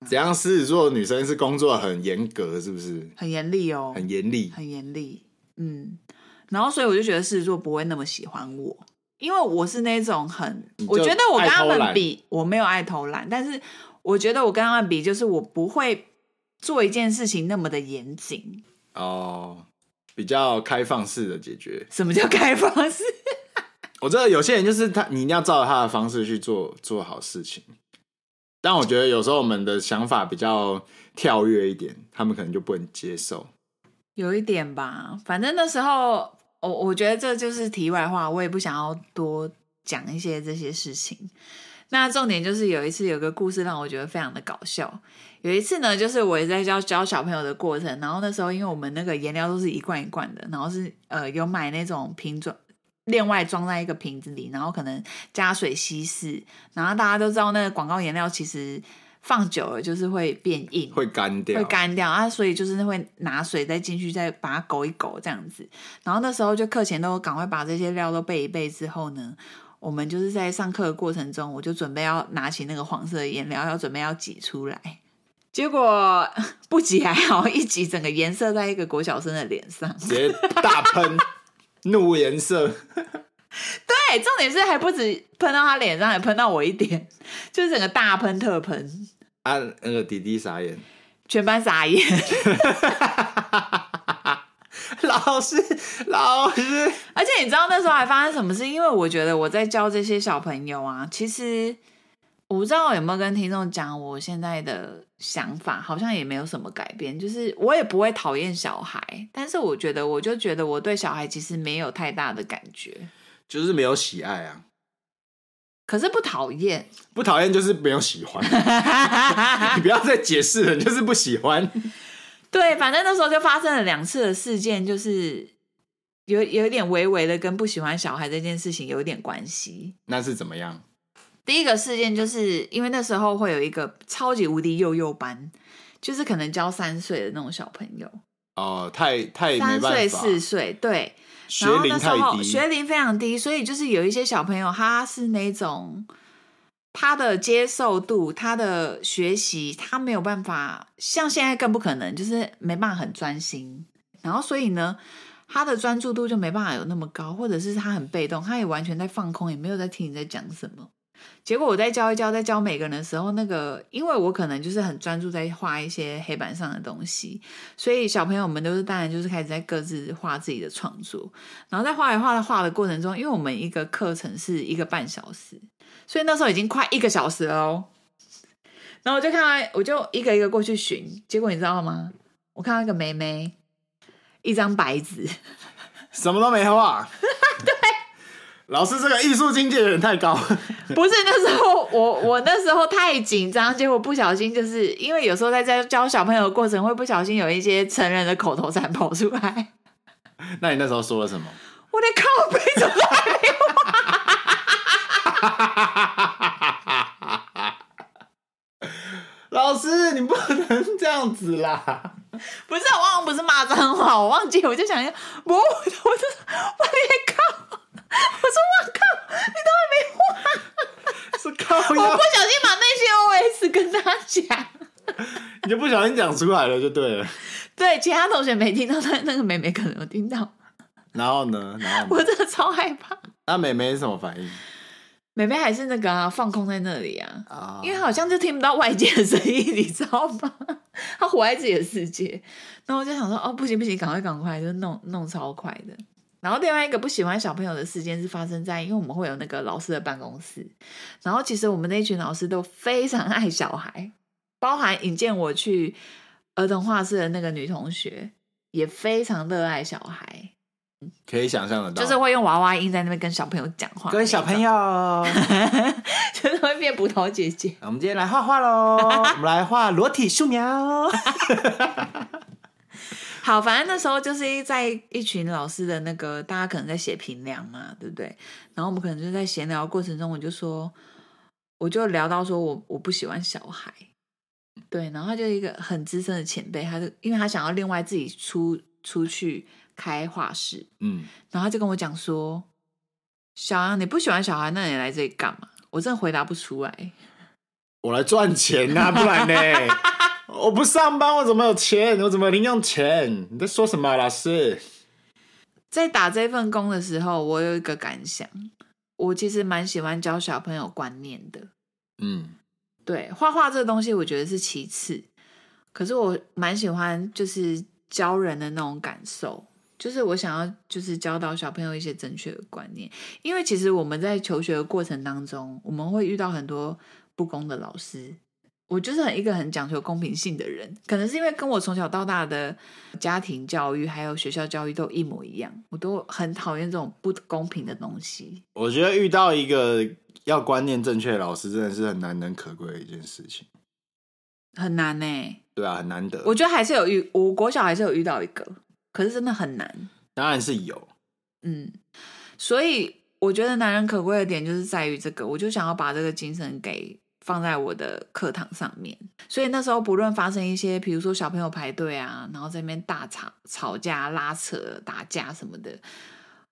Speaker 1: 怎样？狮子座的女生是工作很严格，是不是？
Speaker 2: 很严厉哦，
Speaker 1: 很严厉，
Speaker 2: 很严厉，嗯。然后所以我就觉得狮子座不会那么喜欢我，因为我是那种很
Speaker 1: 你，就
Speaker 2: 我觉得我跟
Speaker 1: 爱
Speaker 2: 他
Speaker 1: 偷
Speaker 2: 们
Speaker 1: 懒
Speaker 2: 比，我没有爱偷懒，但是我觉得我跟他们比，就是我不会做一件事情那么的严谨。
Speaker 1: 哦，比较开放式的解决。
Speaker 2: 什么叫开放式？
Speaker 1: 我知道有些人就是他，你一定要照他的方式去做做好事情。但我觉得有时候我们的想法比较跳跃一点，他们可能就不能接受。
Speaker 2: 有一点吧，反正那时候我我觉得这就是题外话，我也不想要多讲一些这些事情。那重点就是有一次有个故事让我觉得非常的搞笑。有一次呢，就是我也在教教小朋友的过程，然后那时候因为我们那个颜料都是一罐一罐的，然后是呃有买那种瓶装，另外装在一个瓶子里，然后可能加水稀释，然后大家都知道那个广告颜料其实放久了就是会变硬，
Speaker 1: 会干掉，
Speaker 2: 会干掉啊，所以就是会拿水再进去，再把它勾一勾这样子。然后那时候就课前都赶快把这些料都备一备之后呢，我们就是在上课的过程中，我就准备要拿起那个黄色的颜料，要准备要挤出来。结果不挤还好，一挤整个颜色在一个国小生的脸上。
Speaker 1: 直接大喷怒颜色，
Speaker 2: 对，重点是还不止喷到他脸上，还喷到我一点，就是整个大喷特喷，
Speaker 1: 啊，那个弟弟傻眼，
Speaker 2: 全班傻眼。
Speaker 1: 老师，老师，
Speaker 2: 而且你知道那时候还发生什么事？因为我觉得我在教这些小朋友啊，其实我不知道有没有跟听众讲我现在的想法，好像也没有什么改变。就是我也不会讨厌小孩，但是我觉得我就觉得我对小孩其实没有太大的感觉，
Speaker 1: 就是没有喜爱啊，
Speaker 2: 可是不讨厌。
Speaker 1: 不讨厌就是没有喜 欢，你不要再解释了，就是不喜欢。
Speaker 2: 对，反正那时候就发生了两次的事件，就是有有一点微微的跟不喜欢小孩这件事情有一点关系。
Speaker 1: 那是怎么样？
Speaker 2: 第一个事件就是因为那时候会有一个超级无敌幼幼班，就是可能教三岁的那种小朋友，
Speaker 1: 哦，太太没
Speaker 2: 三岁
Speaker 1: 办法，
Speaker 2: 四岁，对，
Speaker 1: 学
Speaker 2: 然后
Speaker 1: 龄
Speaker 2: 那时
Speaker 1: 太
Speaker 2: 候
Speaker 1: 低，
Speaker 2: 学龄非常低，所以就是有一些小朋友他是那种他的接受度、他的学习，他没有办法像现在更不可能，就是没办法很专心。然后所以呢，他的专注度就没办法有那么高，或者是他很被动，他也完全在放空，也没有在听你在讲什么。结果我在教一教，在教每个人的时候，那个因为我可能就是很专注在画一些黑板上的东西，所以小朋友们都是当然就是开始在各自画自己的创作。然后在画来画来画的过程中，因为我们一个课程是一个半小时，所以那时候已经快一个小时了哦。然后我就看到，我就一个一个过去寻，结果你知道吗？我看到一个妹妹，一张白纸，
Speaker 1: 什么都没画。对，老师这个艺术境界有点太高，
Speaker 2: 不是那时候我我那时候太紧张，结果不小心就是因为有时候在教教小朋友的过程会不小心有一些成人的口头禅跑出来，
Speaker 1: 那你那时候说了什么？
Speaker 2: 我的靠背怎么还没有
Speaker 1: 老师，你不能这样子啦！
Speaker 2: 不是，我好像不是骂脏话，我忘记，我就想一下，我我我就我也靠，我说我靠，你都还没画，
Speaker 1: 是靠
Speaker 2: 我
Speaker 1: 腰
Speaker 2: 不，小心把那些 OS 跟他讲，
Speaker 1: 你就不小心讲出来了，就对了。
Speaker 2: 对，其他同学没听到，但那个妹妹可能有听到，
Speaker 1: 然后呢？然后呢
Speaker 2: 我真的超害怕。
Speaker 1: 那美美是什么反应
Speaker 2: 妹妹还是那个啊，放空在那里啊，
Speaker 1: 啊
Speaker 2: 因为好像就听不到外界的声音，你知道吗？她活在自己的世界。 然后我就想说，哦，不行不行，赶快赶快，就弄弄超快的。然后另外一个不喜欢小朋友的事件是发生在，因为我们会有那个老师的办公室，然后其实我们那群老师都非常爱小孩，包含引荐我去儿童画室的那个女同学也非常热爱小孩，
Speaker 1: 可以想象得到，
Speaker 2: 就是会用娃娃音在那边跟小朋友讲话，
Speaker 1: 各位小朋友，
Speaker 2: 就是会变葡萄姐姐。
Speaker 1: 我们今天来画画喽，我们来画裸体素描。
Speaker 2: 好，反正那时候就是在一群老师的那个，大家可能在写评量嘛，对不对？然后我们可能就在闲聊的过程中，我就说，我就聊到说我我不喜欢小孩，对，然后他就一个很资深的前辈，他就因为他想要另外自己出出去开画室，
Speaker 1: 嗯，
Speaker 2: 然后他就跟我讲说，小杨你不喜欢小孩，那你来这里干嘛？我真的回答不出来。
Speaker 1: 我来赚钱呐、不然呢？ 我不上班，我怎么有钱？我怎么有零用钱？你在说什么、啊，老师？
Speaker 2: 在打这份工的时候，我有一个感想，我其实蛮喜欢教小朋友观念的。
Speaker 1: 嗯，
Speaker 2: 对，画画这个东西我觉得是其次，可是我蛮喜欢就是教人的那种感受，就是我想要就是教导小朋友一些正确的观念，因为其实我们在求学的过程当中，我们会遇到很多不公的老师。我就是很一个很讲求公平性的人，可能是因为跟我从小到大的家庭教育还有学校教育都一模一样，我都很讨厌这种不公平的东西。
Speaker 1: 我觉得遇到一个要观念正确的老师，真的是很难能可贵的一件事情。
Speaker 2: 很难欸呢、
Speaker 1: 对啊，很难得。
Speaker 2: 我觉得还是有遇，我国小还是有遇到一个，可是真的很难，
Speaker 1: 当然是有，
Speaker 2: 嗯，所以我觉得难能可贵的点就是在于这个，我就想要把这个精神给放在我的课堂上面。所以那时候不论发生一些，比如说小朋友排队啊，然后在那边大吵吵架、拉扯、打架什么的，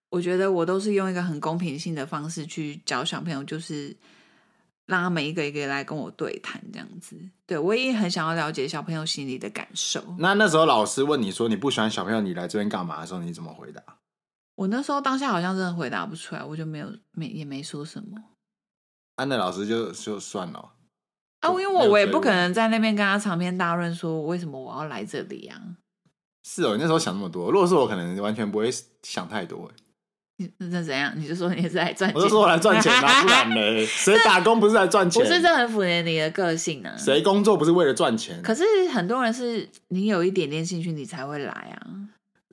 Speaker 2: 我觉得我都是用一个很公平性的方式去教小朋友，就是让他们一个一个来跟我对谈，这样子。对我也很想要了解小朋友心里的感受。
Speaker 1: 那那时候老师问你说你不喜欢小朋友，你来这边干嘛的时候，你怎么回答？
Speaker 2: 我那时候当下好像真的回答不出来，我就没有没也没说什么
Speaker 1: 安啊德老师就就算了哦，
Speaker 2: 啊，
Speaker 1: 就
Speaker 2: 因为
Speaker 1: 没
Speaker 2: 我
Speaker 1: 有
Speaker 2: 我也
Speaker 1: 追
Speaker 2: 不可
Speaker 1: 问
Speaker 2: 能在那边跟他长篇大论说为什么我要来这里啊。
Speaker 1: 是哦，你那时候想那么多。如果是我，可能完全不会想太多。
Speaker 2: 你那怎样？你就说你是来赚钱，
Speaker 1: 我就说我来赚钱啊， 不然呢？谁打工不是来赚钱
Speaker 2: 不？是这很符合你的个性啊。
Speaker 1: 谁工作不是为了赚钱？
Speaker 2: 可是很多人是你有一点点兴趣，你才会来啊，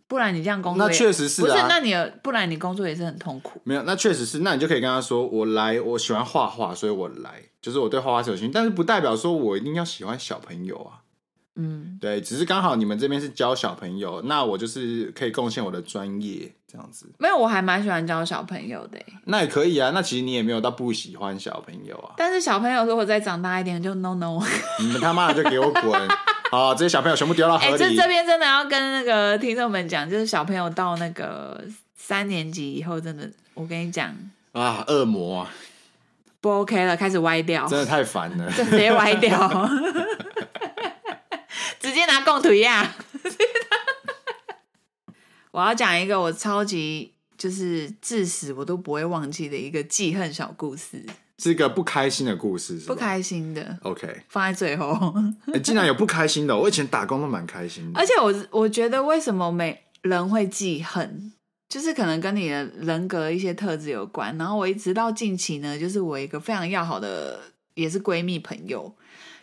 Speaker 2: 不然你这样工作
Speaker 1: 那
Speaker 2: 也
Speaker 1: 确实是
Speaker 2: 不是？
Speaker 1: 啊
Speaker 2: 那你有不然你工作也是很痛苦。
Speaker 1: 没有，那确实是。那你就可以跟他说，我来，我喜欢画画，所以我来，就是我对画画是有兴趣，但是不代表说我一定要喜欢小朋友啊。
Speaker 2: 嗯，
Speaker 1: 对，只是刚好你们这边是教小朋友，那我就是可以贡献我的专业这样子，
Speaker 2: 没有，我还蛮喜欢教小朋友的欸、
Speaker 1: 那也可以啊。那其实你也没有到不喜欢小朋友啊，
Speaker 2: 但是小朋友如果再长大一点，就 no no。
Speaker 1: 你们他妈的就给我滚！好，这些小朋友全部 丢到
Speaker 2: 哎、
Speaker 1: 河
Speaker 2: 这
Speaker 1: 里。
Speaker 2: 这边真的要跟那个听众们讲，就是小朋友到那个三年级以后，真的，我跟你讲
Speaker 1: 啊，恶魔啊，
Speaker 2: 不 OK 了，开始歪掉，
Speaker 1: 真的太烦了。
Speaker 2: 直接歪掉， 直接拿供腿呀！我要讲一个我超级就是至死我都不会忘记的一个记恨小故事，
Speaker 1: 是一个不开心的故事，是吧
Speaker 2: 不。开心的
Speaker 1: OK，、
Speaker 2: 放在最后。
Speaker 1: 欸竟然有不开心的哦、我以前打工都蛮开心的
Speaker 2: 而。且我我觉得为什么每人会记恨，就是可能跟你的人格一些特质有关。然后我一直到近期呢，就是我一个非常要好的也是闺蜜朋友，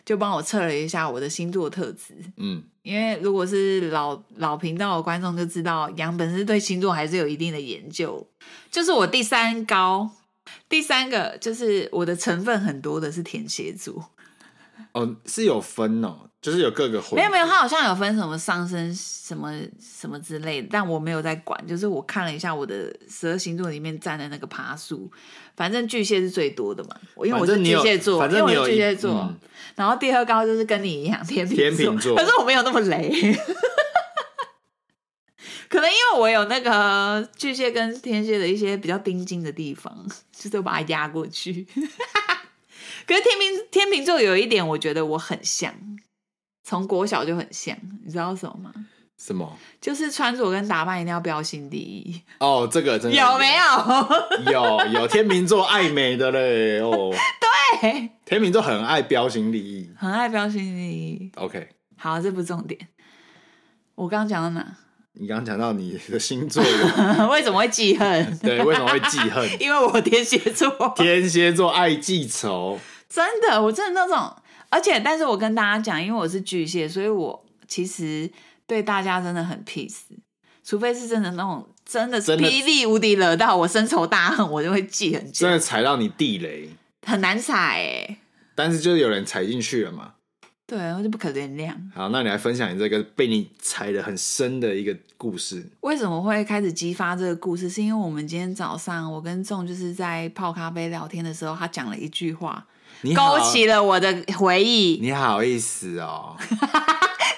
Speaker 2: 就帮我测了一下我的星座特质。
Speaker 1: 嗯，
Speaker 2: 因为如果是老老频道的观众就知道，杨本是对星座还是有一定的研究。就是我第三高，第三个就是我的成分很多的是天蝎座。
Speaker 1: 哦，是有分哦，就是有各个混。
Speaker 2: 没有没有，他好像有分什么上升什么什么之类的，但我没有在管。就是我看了一下我的十二星座里面占的那个爬数，反正巨蟹是最多的嘛，我因为我是
Speaker 1: 反正你
Speaker 2: 巨
Speaker 1: 有
Speaker 2: 蟹座，
Speaker 1: 反正
Speaker 2: 因为
Speaker 1: 你
Speaker 2: 我是
Speaker 1: 有
Speaker 2: 巨
Speaker 1: 一
Speaker 2: 蟹座，
Speaker 1: 嗯
Speaker 2: 然后第二高就是跟你一样天秤
Speaker 1: 天秤座
Speaker 2: 可是我没有那么雷， 可能因为我有那个巨蟹跟天蝎的一些比较钉钉的地方，就是我把它压过去。 可是天秤天秤座有一点，我觉得我很像，从国小就很像，你知道什么吗？
Speaker 1: 什么
Speaker 2: 就是穿着跟打扮一定要标新立异，
Speaker 1: 哦，这个真的
Speaker 2: 有 没
Speaker 1: 有？
Speaker 2: 有？
Speaker 1: 有有天秤座爱美的嘞哦，
Speaker 2: 对，
Speaker 1: 天秤座很爱标新立异。
Speaker 2: 很爱标新立异。
Speaker 1: OK，
Speaker 2: 好，这不重点。我刚刚讲到哪？
Speaker 1: 你刚刚讲到你的星座有，？
Speaker 2: 为什么会记恨
Speaker 1: 对，为什么会记恨？
Speaker 2: 因为我天蝎座，
Speaker 1: 天蝎座爱记仇，
Speaker 2: 真的，我真的那种，而且，但是我跟大家讲，因为我是巨蟹，所以我其实对大家真的很 peace，除非是真的那种真的是
Speaker 1: 真的
Speaker 2: 霹雳无敌惹到我深仇大恨，我就会记很久
Speaker 1: 真，的踩到你地雷，
Speaker 2: 很难踩哎、
Speaker 1: 但是就是有人踩进去了嘛。
Speaker 2: 对，我就不可原谅。
Speaker 1: 好，那你来分享你这个被你踩的很深的一个故事。
Speaker 2: 为什么会开始激发这个故事？是因为我们今天早上我跟仲就是在泡咖啡聊天的时候，他讲了一句话，
Speaker 1: 你好
Speaker 2: 勾起了我的回忆。
Speaker 1: 你好意思哦，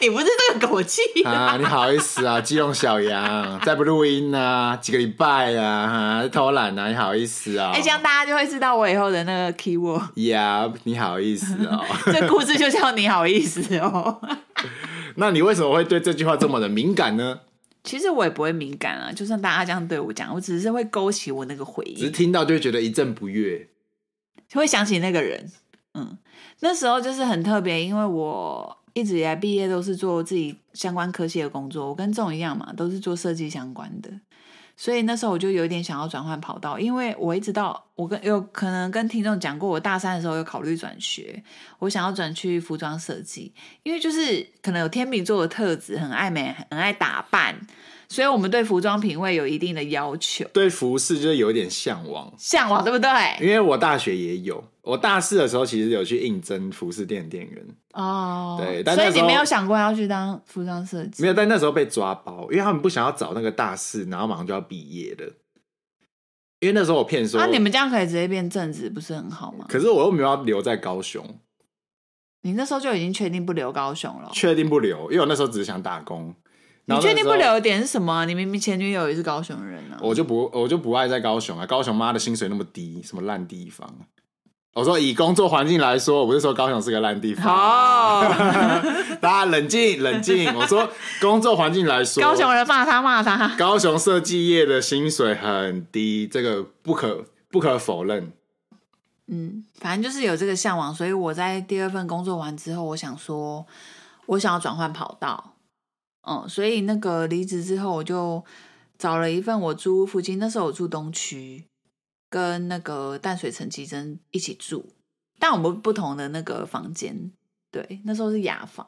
Speaker 2: 你不是这个口气，
Speaker 1: 啊，你好意思啊，基隆小杨再不录音啊，几个礼拜啊，哈，偷懒啊，你好意思啊、
Speaker 2: 哎、这样大家就会知道我以后的那个 keyword。
Speaker 1: 呀你好意思哦。
Speaker 2: 这故事就叫你好意思哦。
Speaker 1: 那你为什么会对这句话这么的敏感呢？
Speaker 2: 其实我也不会敏感啊，就算大家这样对我讲，我只是会勾起我那个回
Speaker 1: 只是
Speaker 2: 忆，
Speaker 1: 听到就会觉得一阵不悦。
Speaker 2: 会想起那个人。嗯，那时候就是很特别，因为我一直以来毕业都是做自己相关科系的工作，我跟这种一样嘛，都是做设计相关的。所以那时候我就有点想要转换跑道，因为我一直到我跟有可能跟听众讲过，我大三的时候有考虑转学，我想要转去服装设计，因为就是可能有天秤座的特质，很爱美，很爱打扮，所以我们对服装品味有一定的要求，
Speaker 1: 对服饰就是有点向往，
Speaker 2: 向往对不对？
Speaker 1: 因为我大学也有，我大四的时候其实有去应征服饰店店员，
Speaker 2: 哦，
Speaker 1: 对但
Speaker 2: 所
Speaker 1: 那
Speaker 2: 以
Speaker 1: 时
Speaker 2: 你
Speaker 1: 候
Speaker 2: 没有想过要去当服装设计
Speaker 1: 没？有，但那时候被抓包，因为他们不想要找那个大四，然后马上就要毕业了。因为那时候我骗说，
Speaker 2: 那、啊你们这样可以直接变正职，不是很好吗？
Speaker 1: 可是我又没有要留在高雄，
Speaker 2: 你那时候就已经确定不留高雄了。
Speaker 1: 确定不留，因为我那时候只是想打工。然后那
Speaker 2: 你确定
Speaker 1: 时
Speaker 2: 不
Speaker 1: 候
Speaker 2: 留的点是什么啊、你明明前女友也是高雄人啊。
Speaker 1: 我就不我就不爱在高雄啊，高雄妈的薪水那么低，什么烂地方。啊我说以工作环境来说，我不是说高雄是个烂地方，啊
Speaker 2: 哦，
Speaker 1: 大家冷静冷 静。我说工作环境来说，
Speaker 2: 高雄人骂他骂他，
Speaker 1: 高雄设计业的薪水很低，这个不可不可否认。
Speaker 2: 嗯，反正就是有这个向往，所以我在第二份工作完之后，我想说，我想要转换跑道，嗯，所以那个离职之后，我就找了一份我住附近，那时候我住东区，跟那个淡水陈其珍一起住，但我们不同的那个房间，对，那时候是雅房，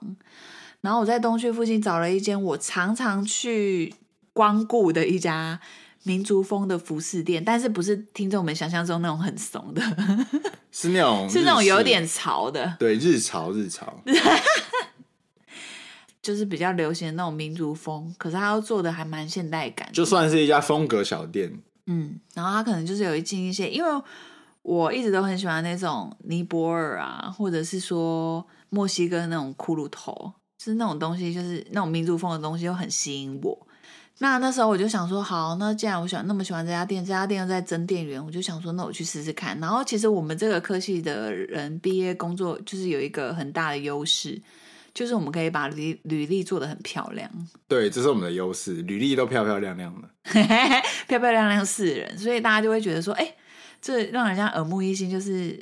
Speaker 2: 然后我在东区附近找了一间我常常去光顾的一家。民族风的服饰店，但是不是听众们想象中那种很怂的，
Speaker 1: 是那种
Speaker 2: 是那种
Speaker 1: 日式
Speaker 2: 有点潮的，
Speaker 1: 对日潮日 潮，
Speaker 2: 就是比较流行的那种民族风，可是它又做的还蛮现代感的。
Speaker 1: 就算是一家风格小店，
Speaker 2: 嗯，然后它可能就是有一进一些，因为我一直都很喜欢那种尼泊尔啊，或者是说墨西哥那种骷髅头，就是那种东西，就是那种民族风的东西，又很吸引我。那那时候我就想说，好，那既然我喜欢那么喜欢这家店，这家店又在增店员，我就想说，那我去试试看。然后其实我们这个科系的人毕业工作，就是有一个很大的优势，就是我们可以把履履历做得很漂亮，
Speaker 1: 对，这是我们的优势，履历都漂漂亮亮的。
Speaker 2: 漂漂亮亮四人，所以大家就会觉得说，哎、这让人家耳目一新，就是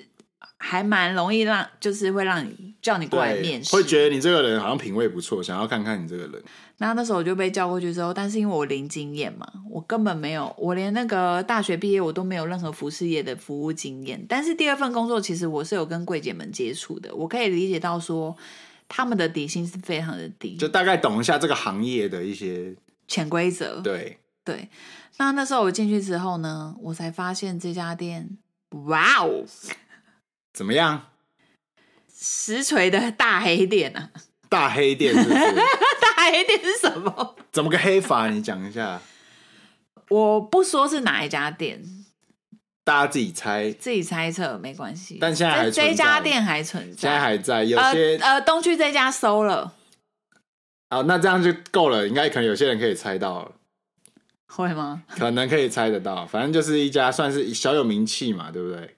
Speaker 2: 还蛮容易让，就是会让你叫你过来面嗯
Speaker 1: 对，
Speaker 2: 试，
Speaker 1: 会觉得你这个人好像品味不错，想要看看你这个人。
Speaker 2: 那那时候我就被叫过去之后，但是因为我零经验嘛，我根本没有，我连那个大学毕业我都没有任何服饰业的服务经验。但是第二份工作其实我是有跟柜姐们接触的，我可以理解到说他们的底薪是非常的低，
Speaker 1: 就大概懂一下这个行业的一些
Speaker 2: 潜规则。
Speaker 1: 对，
Speaker 2: 对，那那时候我进去之后呢，我才发现这家店，哇哦，
Speaker 1: 怎么样？
Speaker 2: 实锤的大黑店啊！
Speaker 1: 大黑店是不是？
Speaker 2: 大黑店是什么？
Speaker 1: 怎么个黑法？你讲一下，
Speaker 2: 我不说是哪一家店，
Speaker 1: 大家自己猜。
Speaker 2: 自己猜测没关系。
Speaker 1: 但现在还
Speaker 2: 这这
Speaker 1: 存在
Speaker 2: 家店还存在，
Speaker 1: 现在还在，有
Speaker 2: 呃
Speaker 1: 些
Speaker 2: 呃，东区这家收了，
Speaker 1: 好，那这样就够了。应该可能有些人可以猜到了，
Speaker 2: 会吗？
Speaker 1: 可能可以猜得到。反正就是一家算是小有名气嘛，对不对？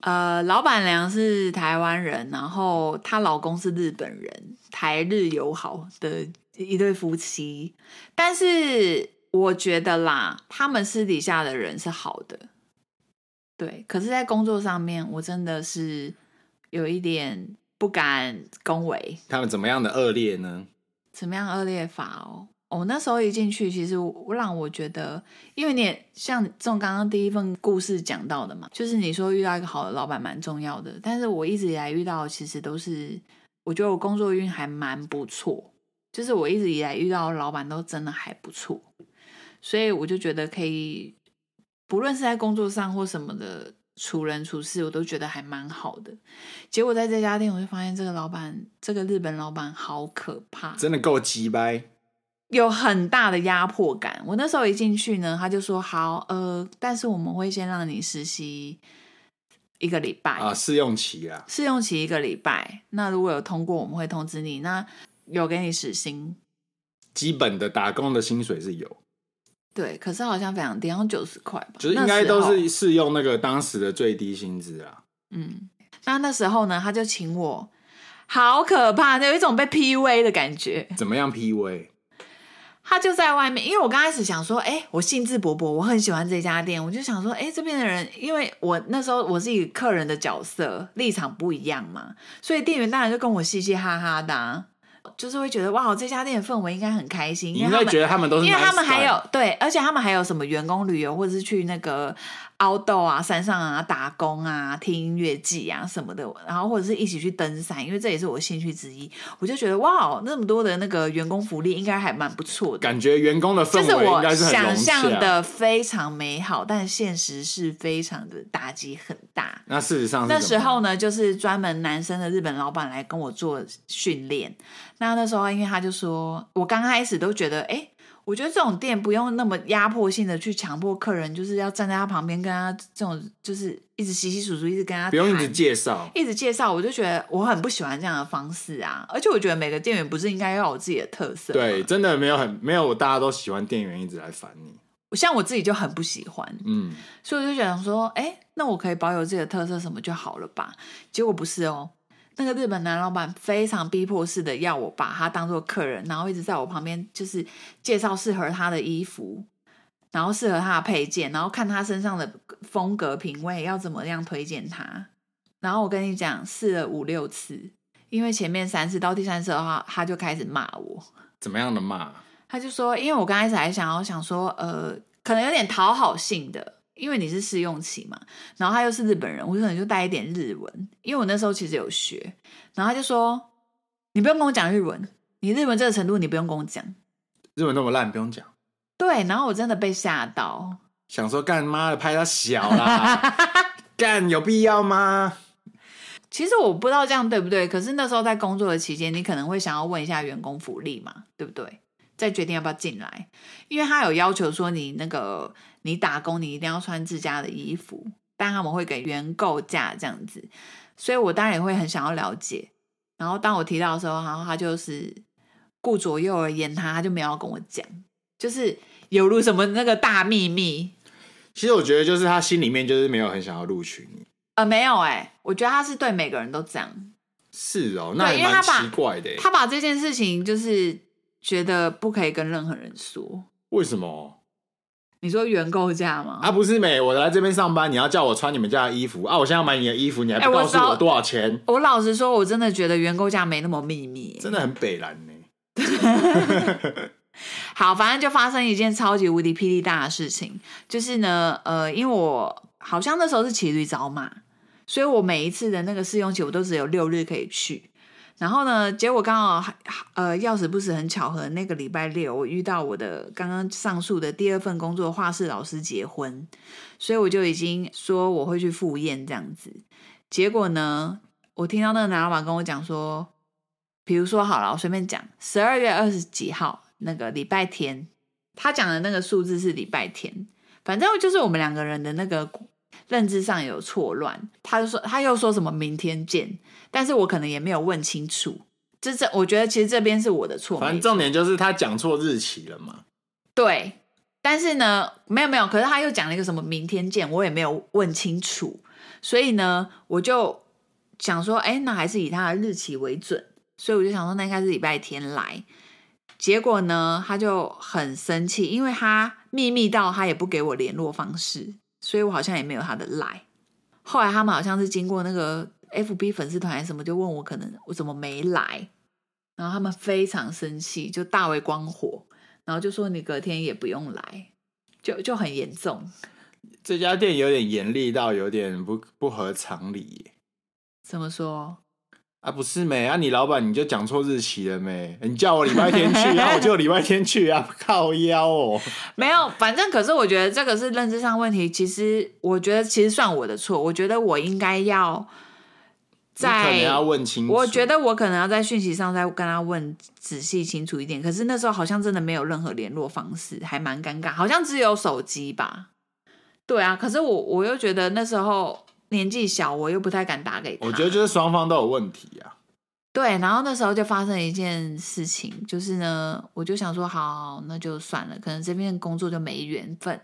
Speaker 2: 呃，老板娘是台湾人，然后她老公是日本人，台日友好的一对夫妻。但是我觉得啦，他们私底下的人是好的，对。可是，在工作上面，我真的是有一点不敢恭维。
Speaker 1: 他们怎么样的恶劣呢？
Speaker 2: 怎么样恶劣法哦？我、那时候一进去，其实我让我觉得，因为你也像这种刚刚第一份故事讲到的嘛，就是你说遇到一个好的老板蛮重要的，但是我一直以来遇到的其实都是，我觉得我工作运还蛮不错，就是我一直以来遇到的老板都真的还不错，所以我就觉得可以，不论是在工作上或什么的处人处事，我都觉得还蛮好的。结果在这家店，我就发现这个老板，这个日本老板好可怕，
Speaker 1: 真的够鸡掰，
Speaker 2: 有很大的压迫感。我那时候一进去呢，他就说好，呃，但是我们会先让你实习一个礼拜
Speaker 1: 啊！试用期啦，
Speaker 2: 试用期一个礼拜。那如果有通过，我们会通知你。那有给你时薪，
Speaker 1: 基本的打工的薪水是有，
Speaker 2: 对，可是好像非常低，好像九十块吧，
Speaker 1: 就是应
Speaker 2: 那
Speaker 1: 该
Speaker 2: 时候
Speaker 1: 都是适用那个当时的最低薪资啊。
Speaker 2: 嗯。那那时候呢，他就请我，好可怕，有一种被 PUA 的感觉。
Speaker 1: 怎么样 P V？
Speaker 2: 他就在外面，因为我刚开始想说，哎、我兴致勃勃，我很喜欢这家店，我就想说，哎、这边的人，因为我那时候我是以客人的角色立场不一样嘛，所以店员当然就跟我嘻嘻哈哈的啊、就是会觉得哇，这家店的氛围应该很开心，
Speaker 1: 你
Speaker 2: 因为
Speaker 1: 应
Speaker 2: 他
Speaker 1: 该
Speaker 2: 们
Speaker 1: 觉得他们都是，
Speaker 2: 因为他们还有对，而且他们还有什么员工旅游，或者是去那个 outdoor 啊、山上啊打工啊、听音乐季啊什么的，然后或者是一起去登山，因为这也是我兴趣之一。我就觉得哇，那么多的那个员工福利应该还蛮不错的，
Speaker 1: 感觉员工的氛
Speaker 2: 就
Speaker 1: 围应
Speaker 2: 我
Speaker 1: 该很
Speaker 2: 想
Speaker 1: 融洽
Speaker 2: 象。的非常美好，但现实是非常的打击很大。
Speaker 1: 那事实上是
Speaker 2: 那
Speaker 1: 怎
Speaker 2: 时
Speaker 1: 么样
Speaker 2: 候呢，就是专门男生的日本老板来跟我做训练。那那时候，因为他就说，我刚开始都觉得，哎、我觉得这种店不用那么压迫性的去强迫客人，就是要站在他旁边跟他这种，就是一直稀稀疏疏，一直跟他
Speaker 1: 不用一
Speaker 2: 谈
Speaker 1: 直介绍，
Speaker 2: 一直介绍，我就觉得我很不喜欢这样的方式啊！而且我觉得每个店员不是应该要有自己的特色吗？
Speaker 1: 对，真的没有很没有，大家都喜欢店员一直来烦你，
Speaker 2: 像我自己就很不喜欢，
Speaker 1: 嗯，
Speaker 2: 所以我就想说，哎，那我可以保有自己的特色什么就好了吧？结果不是哦，那个日本男老板非常逼迫式的要我把他当做客人，然后一直在我旁边就是介绍适合他的衣服，然后适合他的配件，然后看他身上的风格品味要怎么样推荐他。然后我跟你讲，试了五六次，因为前面三次到第三次的话，他就开始骂我。
Speaker 1: 怎么样的骂？
Speaker 2: 他就说，因为我刚开始还想要想说，呃，可能有点讨好性的，因为你是试用期嘛，然后他又是日本人，我可能就带一点日文，因为我那时候其实有学，然后他就说，你不用跟我讲日文，你日文这个程度你不用跟我讲，
Speaker 1: 日文那么烂，不用讲，
Speaker 2: 对，然后我真的被吓到，
Speaker 1: 想说干妈的拍他小 啦，干有必要吗？
Speaker 2: 其实我不知道这样对不对，可是那时候在工作的期间，你可能会想要问一下员工福利嘛，对不对？再决定要不要进来，因为他有要求说你那个你打工你一定要穿自家的衣服，但他们会给原购价这样子，所以我当然也会很想要了解。然后当我提到的时候，然后他就是顾左右而言他，他就没有要跟我讲，就是有如什么那个大秘密，
Speaker 1: 其实我觉得就是他心里面就是没有很想要录取你，
Speaker 2: 呃，没有哎、我觉得他是对每个人都这样，
Speaker 1: 是哦，那
Speaker 2: 对
Speaker 1: 也
Speaker 2: 因为他
Speaker 1: 蛮
Speaker 2: 把
Speaker 1: 奇怪的耶，欸
Speaker 2: 他把这件事情就是觉得不可以跟任何人说。
Speaker 1: 为什么
Speaker 2: 你说原购价吗？
Speaker 1: 啊？不是美，我来这边上班，你要叫我穿你们家的衣服啊？我现在要买你的衣服，你还
Speaker 2: 哎
Speaker 1: 不
Speaker 2: 我
Speaker 1: 告诉
Speaker 2: 早
Speaker 1: 我多少钱？
Speaker 2: 我老实说，我真的觉得原购价没那么秘密。
Speaker 1: 真的很北蓝呢。
Speaker 2: 好，反正就发生一件超级无敌霹雳大的事情，就是呢，呃，因为我好像那时候是骑驴找马，所以我每一次的那个试用期我都只有六日可以去。然后呢，结果刚好呃，要死不死，很巧合，那个礼拜六我遇到我的刚刚上述的第二份工作画室老师结婚，所以我就已经说我会去赴宴这样子。结果呢，我听到那个男老板跟我讲说，比如说好了，我随便讲，十二月二十几号那个礼拜天，他讲的那个数字是礼拜天，反正就是我们两个人的那个认知上有错乱。他就说他又说什么明天见，但是我可能也没有问清楚。这这，我觉得其实这边是我的错，
Speaker 1: 反正
Speaker 2: 没错
Speaker 1: 重点就是他讲错日期了嘛。
Speaker 2: 对，但是呢，没有没有，可是他又讲了一个什么明天见，我也没有问清楚，所以呢，我就想说，哎，那还是以他的日期为准，所以我就想说，那应该是礼拜天来。结果呢，他就很生气，因为他秘密到他也不给我联络方式，所以我好像也没有他的 line。后来他们好像是经过那个 FB 粉丝团还是什么，就问我可能我怎么没来，然后他们非常生气，就大为光火。然后就说你隔天也不用来，就就很严重。
Speaker 1: 这家店有点严厉到有点不不合常理耶。
Speaker 2: 怎么说？
Speaker 1: 啊，不是没啊，你老板你就讲错日期了没？你叫我礼拜天 去，啊然后我就礼拜天去啊，靠腰哦。
Speaker 2: 没有，反正可是我觉得这个是认知上问题。其实我觉得其实算我的错，我觉得我应该要
Speaker 1: 你可能
Speaker 2: 在，
Speaker 1: 要问清楚。
Speaker 2: 我觉得我可能要在讯息上再跟他问仔细清楚一点。可是那时候好像真的没有任何联络方式，还蛮尴尬，好像只有手机吧。对啊，可是我我又觉得那时候年纪小，我又不太敢打给他。
Speaker 1: 我觉得就是双方都有问题啊。
Speaker 2: 对，然后那时候就发生一件事情，就是呢，我就想说，好，那就算了，可能这边工作就没缘分。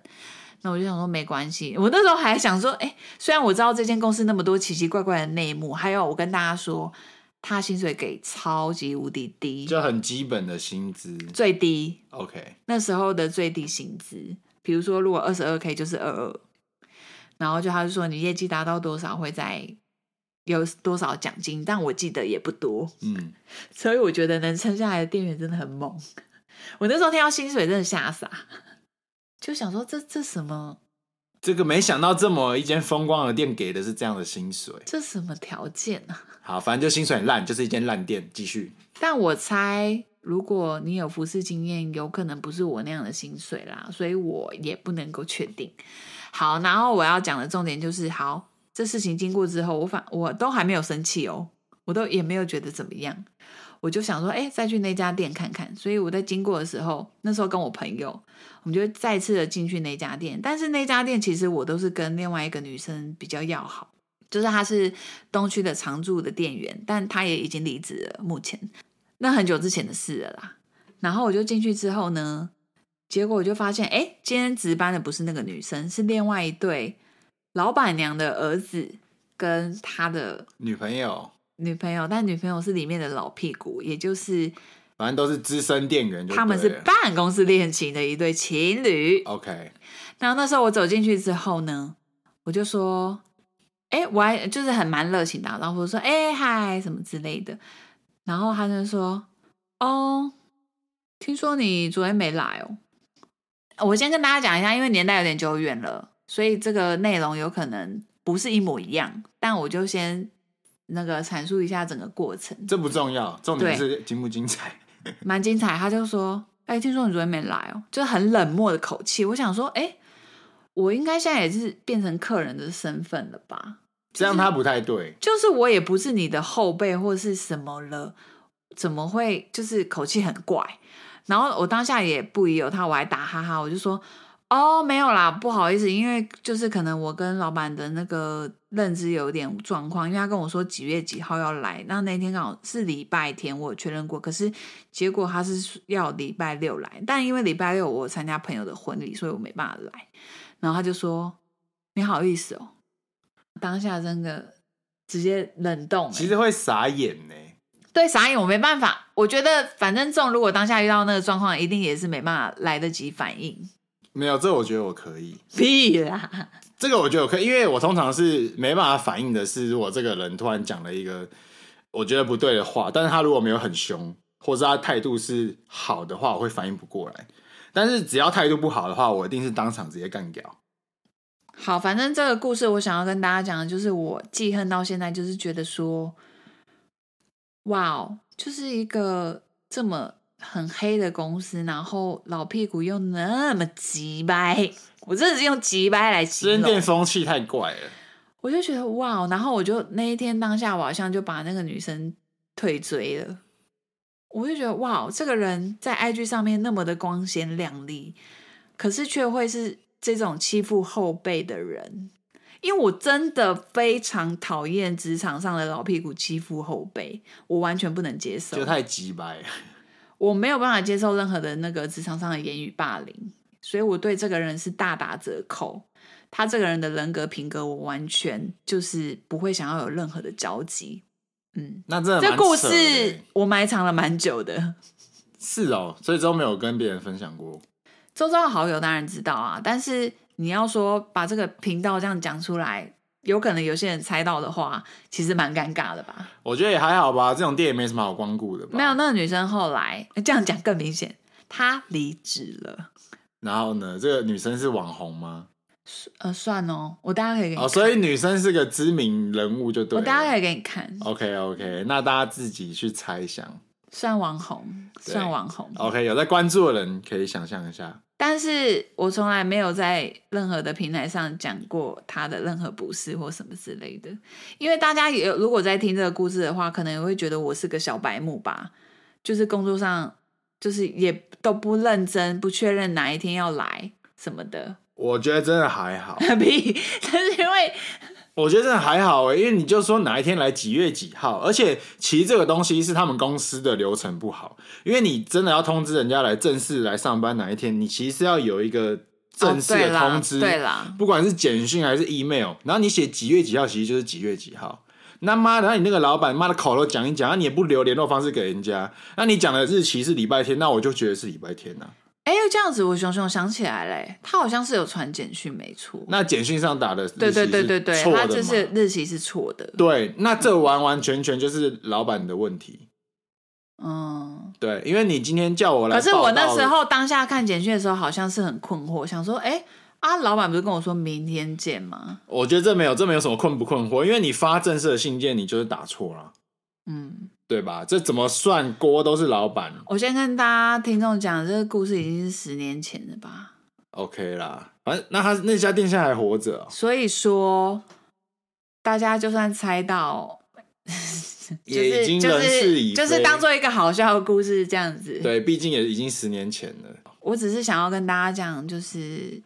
Speaker 2: 那我就想说，没关系。我那时候还想说，哎，虽然我知道这间公司那么多奇奇怪怪的内幕，还有我跟大家说，他薪水给超级无敌低，
Speaker 1: 就很基本的薪资
Speaker 2: 最低，
Speaker 1: ，OK，
Speaker 2: 那时候的最低薪资，比如说如果二十二 k 就是二二，然后就他就说你业绩达到多少会在有多少奖金，但我记得也不多。
Speaker 1: 嗯，
Speaker 2: 所以我觉得能撑下来的店员真的很猛。 我那时候听到薪水真的吓傻，就想说这这什么
Speaker 1: 这个没想到这么一间风光的店给的是这样的薪水。
Speaker 2: 这什么条件啊？
Speaker 1: 好，反正就薪水很烂，就是一间烂店。继续，
Speaker 2: 但我猜，如果你有服饰经验，有可能不是我那样的薪水啦，所以我也不能够确定。好，然后我要讲的重点就是，好，这事情经过之后，我反我都还没有生气哦，我都也没有觉得怎么样，我就想说，哎、再去那家店看看。所以我在经过的时候，那时候跟我朋友，我们就再次的进去那家店。但是那家店其实我都是跟另外一个女生比较要好，就是她是东区的常驻的店员，但她也已经离职了，目前那很久之前的事了啦。然后我就进去之后呢，结果我就发现，哎，今天值班的不是那个女生，是另外一对老板娘的儿子跟他的
Speaker 1: 女朋友，
Speaker 2: 女朋友，但女朋友是里面的老屁股，也就是
Speaker 1: 反正都是资深店员就对了，
Speaker 2: 他们是办公室恋情的一对情侣。
Speaker 1: OK，
Speaker 2: 然后那时候我走进去之后呢，我就说，哎，我还就是很蛮热情的啊，然后我说，哎嗨什么之类的，然后他就说，哦，听说你昨天没来哦。我先跟大家讲一下，因为年代有点久远了，所以这个内容有可能不是一模一样，但我就先那个阐述一下整个过程。
Speaker 1: 这不重要，重点是精不精彩。
Speaker 2: 蛮精彩。他就说：“哎、听说你昨天没来哦。”就很冷漠的口气。我想说：“哎、我应该现在也是变成客人的身份了吧？
Speaker 1: 这样他不太对，
Speaker 2: 就是我也不是你的后辈或是什么了，怎么会就是口气很怪？”然后我当下也不疑有他，我还打哈哈，我就说：“哦，没有啦，不好意思，因为就是可能我跟老板的那个认知有点状况，因为他跟我说几月几号要来，那那天刚好是礼拜天，我有确认过，可是结果他是要礼拜六来，但因为礼拜六我有参加朋友的婚礼，所以我没办法来。然后他就说：“你好意思哦。”当下真的直接冷冻、欸，
Speaker 1: 其实会傻眼呢。
Speaker 2: 对傻眼，我没办法。我觉得反正这种如果当下遇到那个状况，一定也是没办法来得及反应。
Speaker 1: 没有，这我觉得我可以，
Speaker 2: 屁啦！
Speaker 1: 这个我觉得我可以，因为我通常是没办法反应的是，如果这个人突然讲了一个我觉得不对的话，但是他如果没有很凶，或是他态度是好的话，我会反应不过来。但是只要态度不好的话，我一定是当场直接干掉。
Speaker 2: 好，反正这个故事我想要跟大家讲的就是，我记恨到现在，就是觉得说，哇哦，就是一个这么很黑的公司，然后老屁股又那么急掰，我真的是用急掰来
Speaker 1: 这
Speaker 2: 形
Speaker 1: 间
Speaker 2: 容
Speaker 1: 店。风气太怪了，
Speaker 2: 我就觉得哇哦，然后我就那一天当下，我好像就把那个女生退追了。我就觉得哇哦，这个人在 IG 上面那么的光鲜亮丽，可是却会是这种欺负后辈的人。因为我真的非常讨厌职场上的老屁股欺负后辈，我完全不能接受
Speaker 1: 就。太急白了。
Speaker 2: 我没有办法接受任何的那个职场上的言语霸凌，所以我对这个人是大打折扣。他这个人的人格品格，我完全就是不会想要有任何的交集。嗯，
Speaker 1: 那真的
Speaker 2: 这
Speaker 1: 蛮
Speaker 2: 故
Speaker 1: 扯的欸
Speaker 2: 事我埋藏了蛮久的，
Speaker 1: 是哦，所以都没有跟别人分享过。
Speaker 2: 周遭的好友当然知道啊，但是你要说把这个频道这样讲出来，有可能有些人猜到的话，其实蛮尴尬的吧？
Speaker 1: 我觉得也还好吧，这种店也没什么好光顾的吧。
Speaker 2: 没有，。那个女生后来这样讲更明显，她离职了。
Speaker 1: 然后呢，这个女生是网红吗？
Speaker 2: 呃，算哦，我大家可以给你
Speaker 1: 哦，所以女生是个知名人物就对哦
Speaker 2: 我
Speaker 1: 了。
Speaker 2: 大概可以给你看，
Speaker 1: OK OK，那大家自己去猜想。
Speaker 2: 算网红，
Speaker 1: 对
Speaker 2: 算网红，
Speaker 1: OK，有在关注的人可以想象一下。
Speaker 2: 但是我从来没有在任何的平台上讲过他的任何不是或什么之类的，因为大家也有如果在听这个故事的话，可能也会觉得我是个小白目吧，就是工作上就是也都不认真，不确认哪一天要来什么的，
Speaker 1: 我觉得真的还好，
Speaker 2: 屁，但是因为哦
Speaker 1: 我觉得真的还好欸诶、因为你就说哪一天来几月几号，而且其实这个东西是他们公司的流程不好，因为你真的要通知人家来正式来上班哪一天，你其实要有一个正式
Speaker 2: 哦对
Speaker 1: 的
Speaker 2: 啦
Speaker 1: 通知，
Speaker 2: 对啦，
Speaker 1: 不管是简讯还是 email，然后你写几月几号，其实就是几月几号。那妈的，然后你那个老板妈的口头讲一讲，那你也不留联络方式给人家，那你讲的日期是礼拜天，那我就觉得是礼拜天呐、啊
Speaker 2: 哎，这样子我熊熊想起来了欸，他好像是有传简讯，没错。
Speaker 1: 那简讯上打的日期
Speaker 2: 对对对
Speaker 1: 是
Speaker 2: 对对，
Speaker 1: 错
Speaker 2: 他
Speaker 1: 的
Speaker 2: 就
Speaker 1: 嘛
Speaker 2: 是日期是错的。
Speaker 1: 对，那这完完全全就是老板的问题。
Speaker 2: 嗯，
Speaker 1: 对，因为你今天叫我来，
Speaker 2: 可是我那时，候当下看简讯的时候，好像是很困惑，想说，哎、啊，老板不是跟我说明天见吗？
Speaker 1: 我觉得这没有这没有什么困不困惑，因为你发正式的信件，你就是打错了，
Speaker 2: 嗯，
Speaker 1: 对吧？这怎么算锅都是老板
Speaker 2: 我先跟大家听众讲，这个故事已经是十年前了吧？
Speaker 1: ，OK 啦。反正那他那家店现在还活着哦、
Speaker 2: 所以说，大家就算猜到
Speaker 1: 也已经人事已非，
Speaker 2: 就是，就是当做一个好笑的故事这样子。
Speaker 1: 对，毕竟也已经十年前了。
Speaker 2: 我只是想要跟大家讲，就是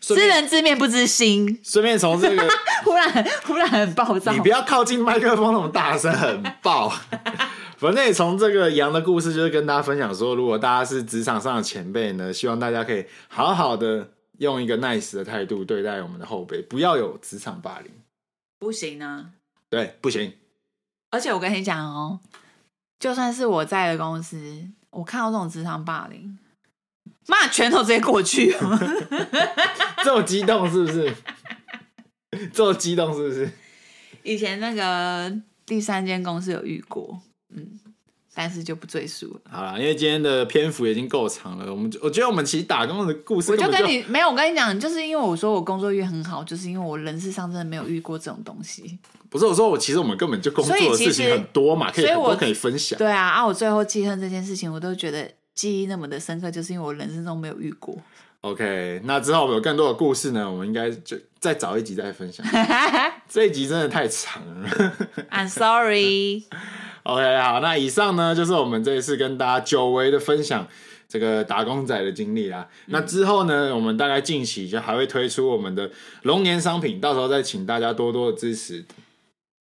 Speaker 1: 顺
Speaker 2: 知
Speaker 1: 便
Speaker 2: 人知面不知心，
Speaker 1: 顺便从这个，
Speaker 2: 忽然忽然很暴躁
Speaker 1: 你。不要靠近麦克风那么大声，很爆。 反正也从这个羊的故事，就是跟大家分享说，如果大家是职场上的前辈呢，希望大家可以好好的用一个 nice 的态度对待我们的后辈，不要有职场霸凌。
Speaker 2: 不行啊！
Speaker 1: 对，不行，
Speaker 2: 而且我跟你讲哦，就算是我在的公司，我看到这种职场霸凌，妈拳头直接过去。哦
Speaker 1: 这么激动是不是？ 这么激动是不是？
Speaker 2: 以前那个第三间公司有遇过，嗯，但是就不赘述了。
Speaker 1: 好了，因为今天的篇幅已经够长了，我们就我觉得我们其实打工的故事
Speaker 2: 我
Speaker 1: 根
Speaker 2: 就
Speaker 1: 本
Speaker 2: 跟你没有，我跟你讲，就是因为我说我工作运很好，就是因为我人事上真的没有遇过这种东西。
Speaker 1: 不是我说我其实我们根本就工作
Speaker 2: 所
Speaker 1: 的
Speaker 2: 以其实
Speaker 1: 事情很多嘛，可以
Speaker 2: 所以
Speaker 1: 很
Speaker 2: 我
Speaker 1: 多可以分享。
Speaker 2: 对啊，啊，我最后记恨这件事情，我都觉得记忆那么的深刻，就是因为我人生中没有遇过。
Speaker 1: OK，那之后我们有更多的故事呢，我们应该就再找一集再分 享。这一集真的太长了。
Speaker 2: I'm sorry，
Speaker 1: OK，好，那以上呢就是我们这一次跟大家久违的分享这个打工仔的经历啦。
Speaker 2: 嗯
Speaker 1: 那之后呢，我们大概近期就还会推出我们的龙年商品，到时候再请大家多多的支持。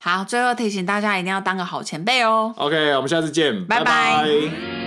Speaker 2: 好，最后提醒大家一定要当个好前辈哦。
Speaker 1: OK，我们下次见，
Speaker 2: 拜拜
Speaker 1: 拜